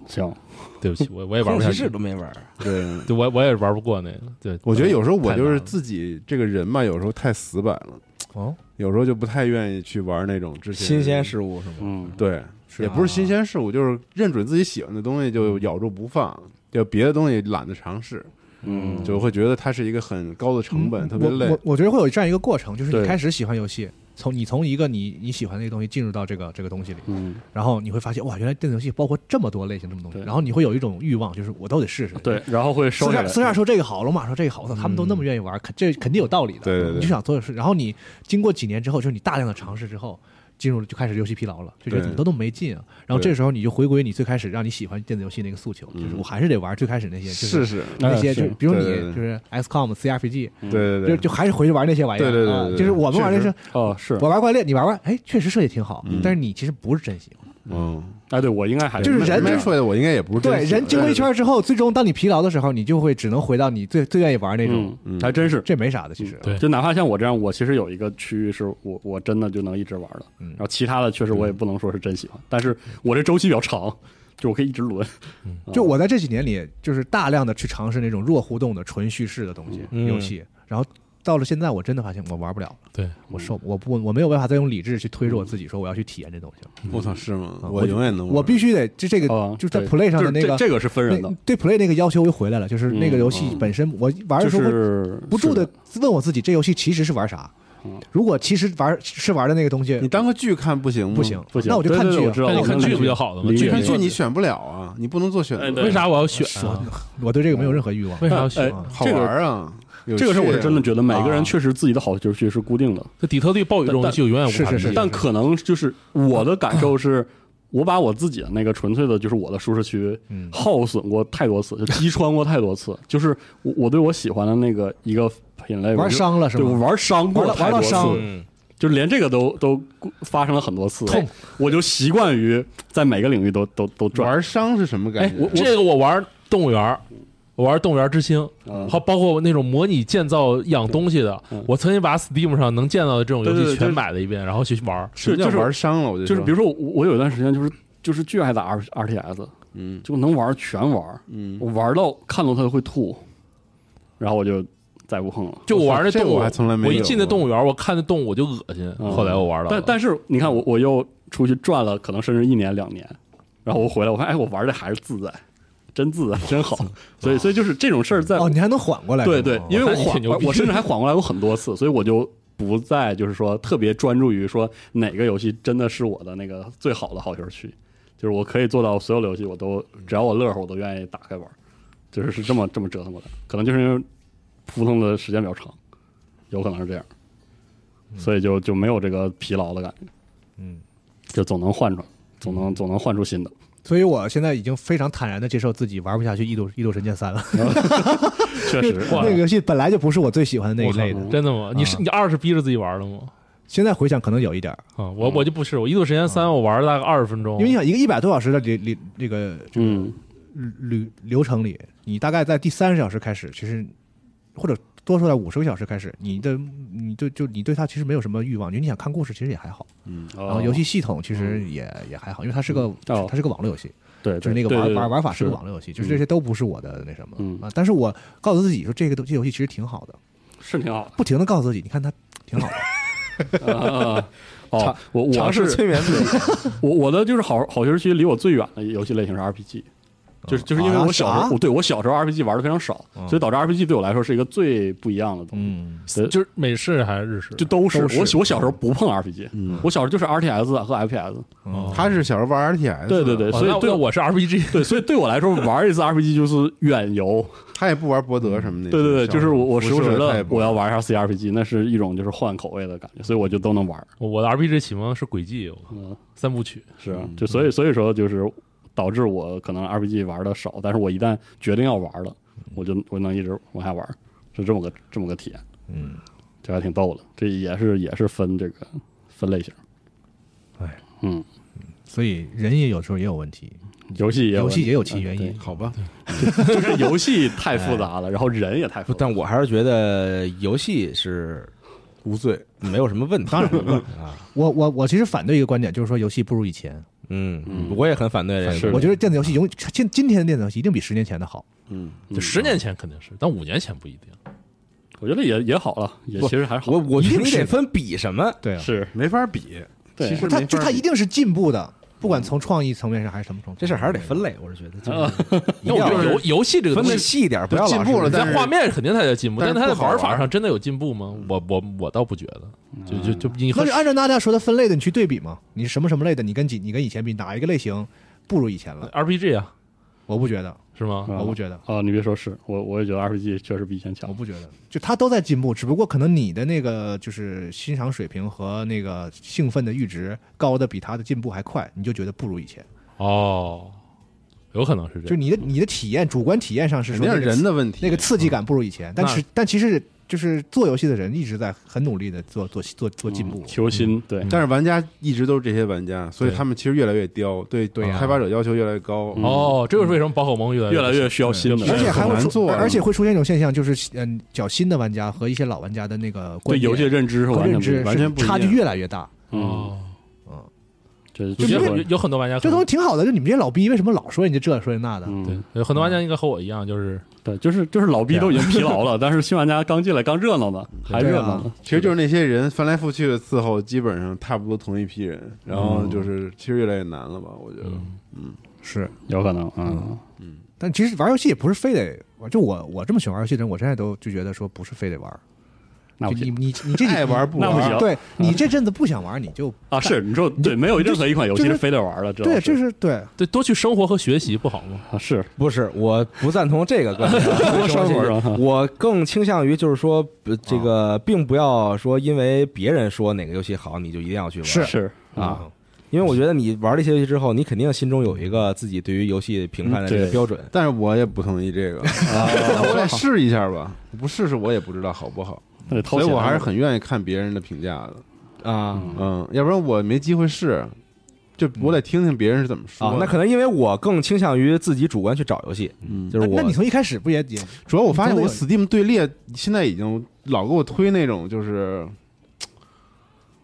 行，
对不起，我我也玩
空
不
骑
下
士
去，
都没玩，
对，
对我我也玩不过那个。对，
我觉得有时候我
太
就
难
是
了
自己这个人吧，有时候太死板了，
哦，
有时候就不太愿意去玩那种之前
新鲜，事物是吗？
嗯，
对，也不是新鲜事物，就是认准自己喜欢的东西就咬住不放，就别的东西懒得尝试，
嗯，
就会觉得它是一个很高的成本，特别累
嗯我。我我觉得会有这样一个过程，就是
对
你开始喜欢游戏，从你从一个你你喜欢的一个东西进入到这个这个东西里，
嗯，
然后你会发现哇，原来电子游戏包括这么多类型这么多东
对
西，
哦
然后你会有一种欲望，就是我都得试试。
对，然后会收
私
下
下
来，
私下说这个好，龙马说这个好，我操他们都那么愿意玩，肯这肯定有道理的。
嗯对对对
你就想做的事，然后你经过几年之后，就是你大量的尝试之后，进入就开始游戏疲劳了，就觉
对
得怎么都那么没劲啊。然后这时候你就回归你最开始让你喜欢电子游戏那个诉求，就是我还是得玩最开始那些，就是
嗯是，
那些
哎
就是比如你
对对对
就是 XCOM、CRPG，
嗯
对对
就
对，
就还是回去玩那些玩意儿。
对对对
啊
对对
就是我们玩那
确
些
实，
哦是
我，玩怪猎，你玩玩，哎，确实设计挺好
嗯，
但是你其实不是真喜欢。
嗯，
哎，对我应该还
就是人
没
就
出来的，我应该也不是真
对，
喜欢
人经过一圈之后，最终当你疲劳的时候，你就会只能回到你最最愿意玩那种，
嗯，还真是。
这没啥的，其实。
对
就哪怕像我这样，我其实有一个区域是我我真的就能一直玩的，
嗯
然后其他的确实我也不能说是真喜欢，但是我这周期比较长，就我可以一直轮。
嗯
啊
就
哦
我在这几年里，就是大量的去尝试那种弱互动的纯叙事的东西、
嗯
游戏，然后到了现在，我真的发现我玩不了了，
对
我受我不我没有办法再用理智去推着我自己说我要去体验这东西了，
我操，是吗？
啊
嗯
我
我
永远能玩，
我必须得就这个
啊，
就是在
对
play 上的
这
那个
这这个是分人的嗯
那，对 play 那个要求又回来了，就是那个游戏本身，我玩
就
的时候会
是
不住
是嗯
的问我自己，这游戏其实是玩啥？如果其实玩是玩的那个东西
你当个剧看不行吗？
不行，，
嗯不行，
那我就看
对对对
剧啊
我知道，
那你
我
看
能
剧
理
不就
解
好了吗？
理
剧
解
看
看
剧
剧你选不了啊，你不能做选
哎
择
对，
为啥我要选
说
啊？
我对这个没有任何欲望。
为啥要选
哎？
啊
好玩啊？有
这个事儿我是真的
趣
觉得每个
啊
人确实自己的好球区是固定的，
这底特律暴雨这种东西我永远无法
是
理
是
解。
是嗯
但可能就是我的感受是，我把我自己的那个纯粹的，就是我的舒适区
嗯
耗损过太多次，就击穿过太多
*laughs*
次。就是我我对我喜欢的那个一个品类，我
玩
就
伤了是
对我
吗？
玩伤过
玩到
太多次，
玩到伤
嗯，
就连这个都都发生了很多次，
痛
我就习惯于在每个领域都都都转。
玩伤是什么感
哎
觉？，
这个我玩动物园儿，我玩动物园之星，
嗯
好，包括那种模拟建造养东西的
嗯，
我曾经把 Steam 上能见到的这种游
对对
戏
对
全
就是
买了一遍，然后去玩儿。
什么
是
叫
就是
玩伤了？我就
就是比如
说，
说我我有一段时间就是就是巨爱打 R R T S，
嗯
就能玩全玩，
嗯，
我玩到看到它会吐，然后我就再不碰了。
就我玩那
这
动
个
物，
我还从来没
我一
有
进那
过
动物园，我看那动物我就恶心。
嗯
后来我玩了，
但但是你看我，我又出去转了，可能甚至一年两年，然后我回来，我发现哎，我玩的还是自在，真自在，真好。所以，所以就是这种事儿在，
哦，你还能缓过来？
对对
哦，
因为我
那你挺
缓呃
牛逼，
我甚至还缓过来过很多次，所以我就不再就是说特别专注于说哪个游戏真的是我的那个最好的好球区，就是我可以做到所有的游戏我都只要我乐呵，我都愿意打开玩，就是是这么这么折腾过来，可能就是因为扑腾的时间比较长，有可能是这样，所以就就没有这个疲劳的感觉。
嗯，
就总能换出，总能总能换出新的。
所以我现在已经非常坦然的接受自己玩不下去《异度异度神剑三》了。
确 *laughs* 实，
哇
*laughs* 那个游戏本来就不是我最喜欢的那一类的
我，靠真的吗？你是
啊
你二是逼着自己玩的吗？
现在回想可能有一点儿，
啊，我
嗯
我就不是，我一度时间三我玩了大概二十分
哦
钟，
因为你想一个一百多小时的流流那个
嗯，
旅流程里，你大概在第三十小时开始，其实或者多说来五十个小时开始，你的你对就你对它其实没有什么欲望，因为你想看故事其实也还好，然
然
后游戏系统其实也、也还好，因为它是个、
哦
它是个网络游戏，
对，
就是那个玩玩玩法是
是
个网络游戏，就是这些都不是我的那什么、
嗯
啊，但是我告诉自己说这个东这游戏其实挺好的，
是挺好
不停的告诉自己，你看它挺 *laughs* 好的，
的。啊 *laughs* 哦，我我
尝试
是
催眠自己，
我我的就是好好学区离我最远的游戏类型是 RPG，就是就是因为
啊
我小时
啥
候，我对我小时候 RPG 玩的非常少，所以导致 RPG 对我来说是一个最不一样的东西。
嗯，
对
就是美式还是日式？哦
就都是
都是
我我小时候不碰 RPG，我小时候就是 RTS 和 FPS，
哦
他是小时候玩 RTS，
对对对，
哦
所
那
以对
那我是 RPG，
对，所以对我来说玩一次 RPG 就是远游，
他也不玩博德什么的。
对对对，就是我我时不时
的
的我要玩一下 CRPG，那是一种就是换口味的感觉，所以我就都能玩。
我的 RPG 启蒙是轨迹，我
嗯，
三部曲。
是
嗯
啊，就所以所以说就是导致我可能 RPG 玩的少，但是我一旦决定要玩了，
嗯
我就我能一直往下玩，是这么个这么个体验。
嗯，
这还挺逗的，这也是也是分这个分类型，
所以人也有时候也有问题，
游戏也有
游戏也有其
嗯
原
对 *laughs*
因，哎
好吧？
就是游戏太复杂了，然后人也太复
不，
杂了。
但我还是觉得游戏是
无罪，
没有什么问题。
当然
啊，
我我我其实反对一个观点，就是说游戏不如以前。
*laughs* 嗯
嗯，
我也很反对这
是
个。
的
我觉得电子游戏永今今天的电子游戏一定比十年前的好。
嗯，
就十年前肯定是，但五年前不一定。
我觉得也也好了，也
不
其实还是好
我我觉得你
一定
得
是
分比什么，
对啊，
是
没法比。
对
其实
它
没
就
法
它
比
一定是进步的，不管从创意层面上还是什么层面上，
这事儿还是得分类。我是觉得就是
啊，
一
那
定
我
要
觉得游游戏这个
分
东
的
西，
细一点，不要
进
老
步
是
了
你
但
在
是
画面肯定它在进步，
但
但
是
它在
不好
玩法
玩
上真的有进步吗？我我我倒不觉得，就就就你
那
和
就按照娜娜说的分类的，你去对比嘛，你什么什么类的，你跟几你跟以前比，哪一个类型不如以前了？
RPG 啊，
我不觉得，
是吗？
我不觉得，
啊，你别说是我，我也觉得 RPG 确实比以前
我
强。
不觉得，就它都在进步，只不过可能你的那个就是欣赏水平和那个兴奋的阈值高的比它的进步还快，你就觉得不如以前。
哦，有可能是这
就
样。
你的你的体验，主观体验上是
肯
说
定
那
是
个
人的问题，
那个刺激感不如以前，但
那
是但其实就是做游戏的人一直在很努力的做做做做进步。嗯
求嗯新，对，
嗯但是玩家一直都是这些玩家，所以
对
他们其实越来越刁，对
对呀
开发者要求越来越高。
嗯
哦，这就是为什么宝可梦越来
越来越需要新的，
而且还会
很难
出，
做啊
而且会出现一种现象，就是嗯，较新的玩家和一些老玩家的那个观
对
点
游戏认知是
和
完全不一
认知
样。
完全不一
是差距
样
越来越大。
嗯，
哦，
这
有
这
些
会
有有很多玩家可
这
能
东西挺好的，就你们这些老逼为什么老说人家这说人家那的？
嗯，
对，有很多玩家应该和我一样，就是
对，就是就是老逼都已经疲劳
*laughs*
了，但是新玩家刚进来刚热闹呢，还热闹
嗯对啊
呢。
其实就是那些人翻来覆去的伺候，基本上差不多同一批人，然后就是其实越来越难了吧？我觉得，
是，
有可能啊，
嗯但其实玩游戏也不是非得，就我我这么喜欢玩游戏的人，我现在都就觉得说不是非得玩，
那不
就你
行
你你
*laughs*
这
爱玩不玩
那不行
*laughs*
对你这阵子不想玩，你就
啊！是你说对，没有任何一款游戏
就是
是非得玩的，知道
对，
吗
这是对
对，多去生活和学习不好吗？
啊是
不是，我不赞同这个观点啊。
多生活啊
我更倾向于就是说，呃这个并不要说因为别人说哪个游戏好，你就一定要去玩。
是
是啊，
嗯
因为我觉得你玩了一些游戏之后，你肯定心中有一个自己对于游戏评判的
嗯
这个
对
标准。
但是我也不同意这个，我得试一下吧，不试试我也不知道好不好，
嗯
那得掏
所以
钱
我还是很愿意看别人的评价的，
啊
嗯，要不然我没机会试，就我得听听别人是怎么说
啊
的。，
那可能因为我更倾向于自己主观去找游戏，
嗯
就是我
那你从一开始不也也
主要我发现我
你
Steam 队列现在已经老给我推那种就是，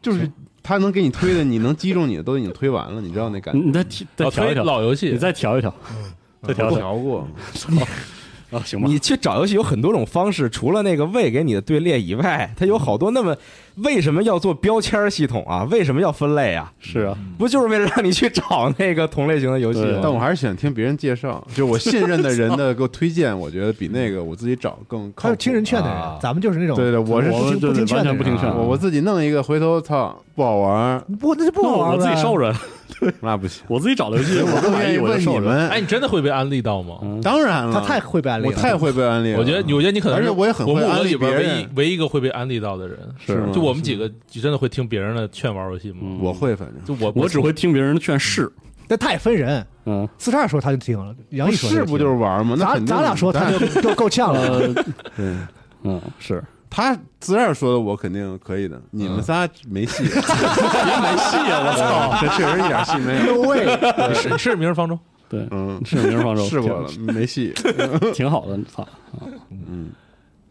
就是他能给你推的，你能击中你的都已经推完了，你知道那感
你
觉？
你再提再
哦
老
调
推
一调，
老游
你
戏，
再调一调，
嗯
再调
我
一调
调过，
*laughs* 啊，行吧。
你去找游戏有很多种方式，除了那个喂给你的队列以外，它有好多那么为什么要做标签系统啊？为什么要分类啊？
是啊，
不就是为了让你去找那个同类型的游戏
对
但
吗？
我还是喜欢听别人介绍，就我信任的人的给我推荐，我觉得比那个我自己找更靠谱。
他是听人劝的
啊
人，咱们就是那种
对对，我是
不
我
听
对
不
对
听劝
完
的
全
人，啊
不听劝
我我自己弄一个，回头操不好玩儿，
不那就不
那
好玩
我
儿啊
自己
呗
受着，
那不行。
我自己找的游
*laughs*
戏，我
都
不满
愿
意
意
我就
问
受
你
着。
们，
哎，你真的会被安利到吗？
当然了，
他太会被安
嗯
利
我
了，
太会被安利了。
我觉得，我觉得你可能是
而且我也很会
们五
安
个
利
里边唯
别
一
人
唯一一个会被安利到的人。
是吗
就我们几个就真的会听别人的劝玩游戏吗？
嗯
我会，反正
就我
我只会听别人的
嗯
劝是，
那他也分人。
嗯，
四十二说他就听了，杨毅说他
哦是不就是
听了
玩吗？那
咱
肯定
咱俩说他就够够呛了，
呃，
对
*laughs* 嗯，是
*laughs* 他自然说的，我肯定可以的。你们仨没戏，
别没戏啊！我操，
这确实一点戏没有。
no way，
你是你是明日方舟，
对，
嗯，
是明日
*laughs*
方舟，
试过了，没戏。
挺，挺好的，操，
嗯，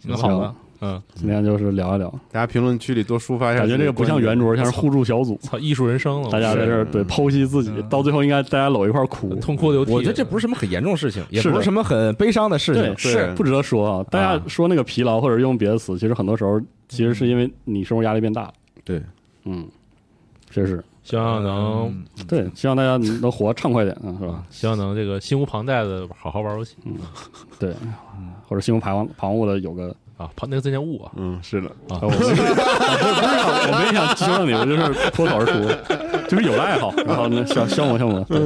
挺好的
吧。
嗯，
今天就是聊一聊，
大家评论区里多抒发一下，
感觉这个不像圆。桌，像是互助小组，
操，艺术人生了，
大家在这儿对剖析自己，到最后应该大家搂一块儿哭。
痛哭流涕。
我觉得这不是什么很严重的事情，也
是的
不是什么很悲伤的事
对
情，，
是
不值得说啊！大家说那个疲劳，或者用别的词，其实很多时候其实是因为你生活压力变大了。
对，
嗯，确实，
希望能
对，希望大家能活畅快点，嗯，是吧？
希望能这个心无旁贷的好好玩游戏
对，或者心无旁旁骛的有个
啊，旁那个字念物啊，
嗯，是的，
啊
我不是，我不是想， *laughs* 我没想纠正你，我就是脱口而出，就是有爱好，然后呢，消消磨消磨，
都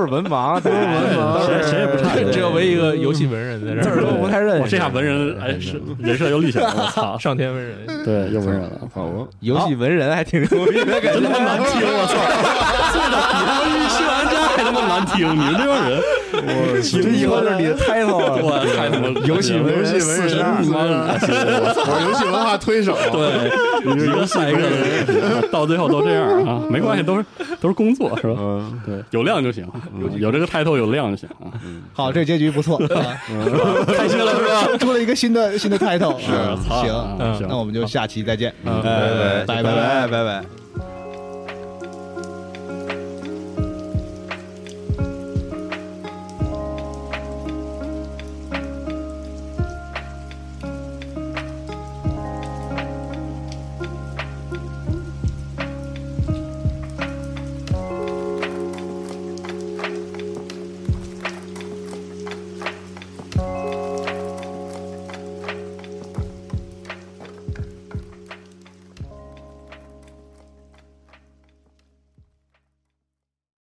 是文盲，都是文
盲谁谁也不差
只有唯一一个游戏文人在这
字儿都
儿，
不太认
我
识。
这下文人，哎，是人设又立起来了，我操！
上天文人，
*laughs* 对，又文人了，
好吧，
游戏文人还挺牛逼的
*laughs*
感
真他妈难 *laughs* 听，哎
觉。
我操！做的比他妈新完战还他妈难听，你们这帮 *laughs* 人，我
这以后就是你的 title 了。
*laughs* 我太他妈
游戏文
游戏文人啊
你妈恶心我操！
我游戏文化推手。
对，你是游戏文人，到最后都这样啊，没关系，都是都是工作是吧？
嗯，
对，有量就行，有这个 title 有量就行啊。
好，这结局不错，啊
开心了是吧？
出了一个新的新的 title，
操
行，
嗯
那我们就下期再见，
嗯
拜拜
拜拜拜拜。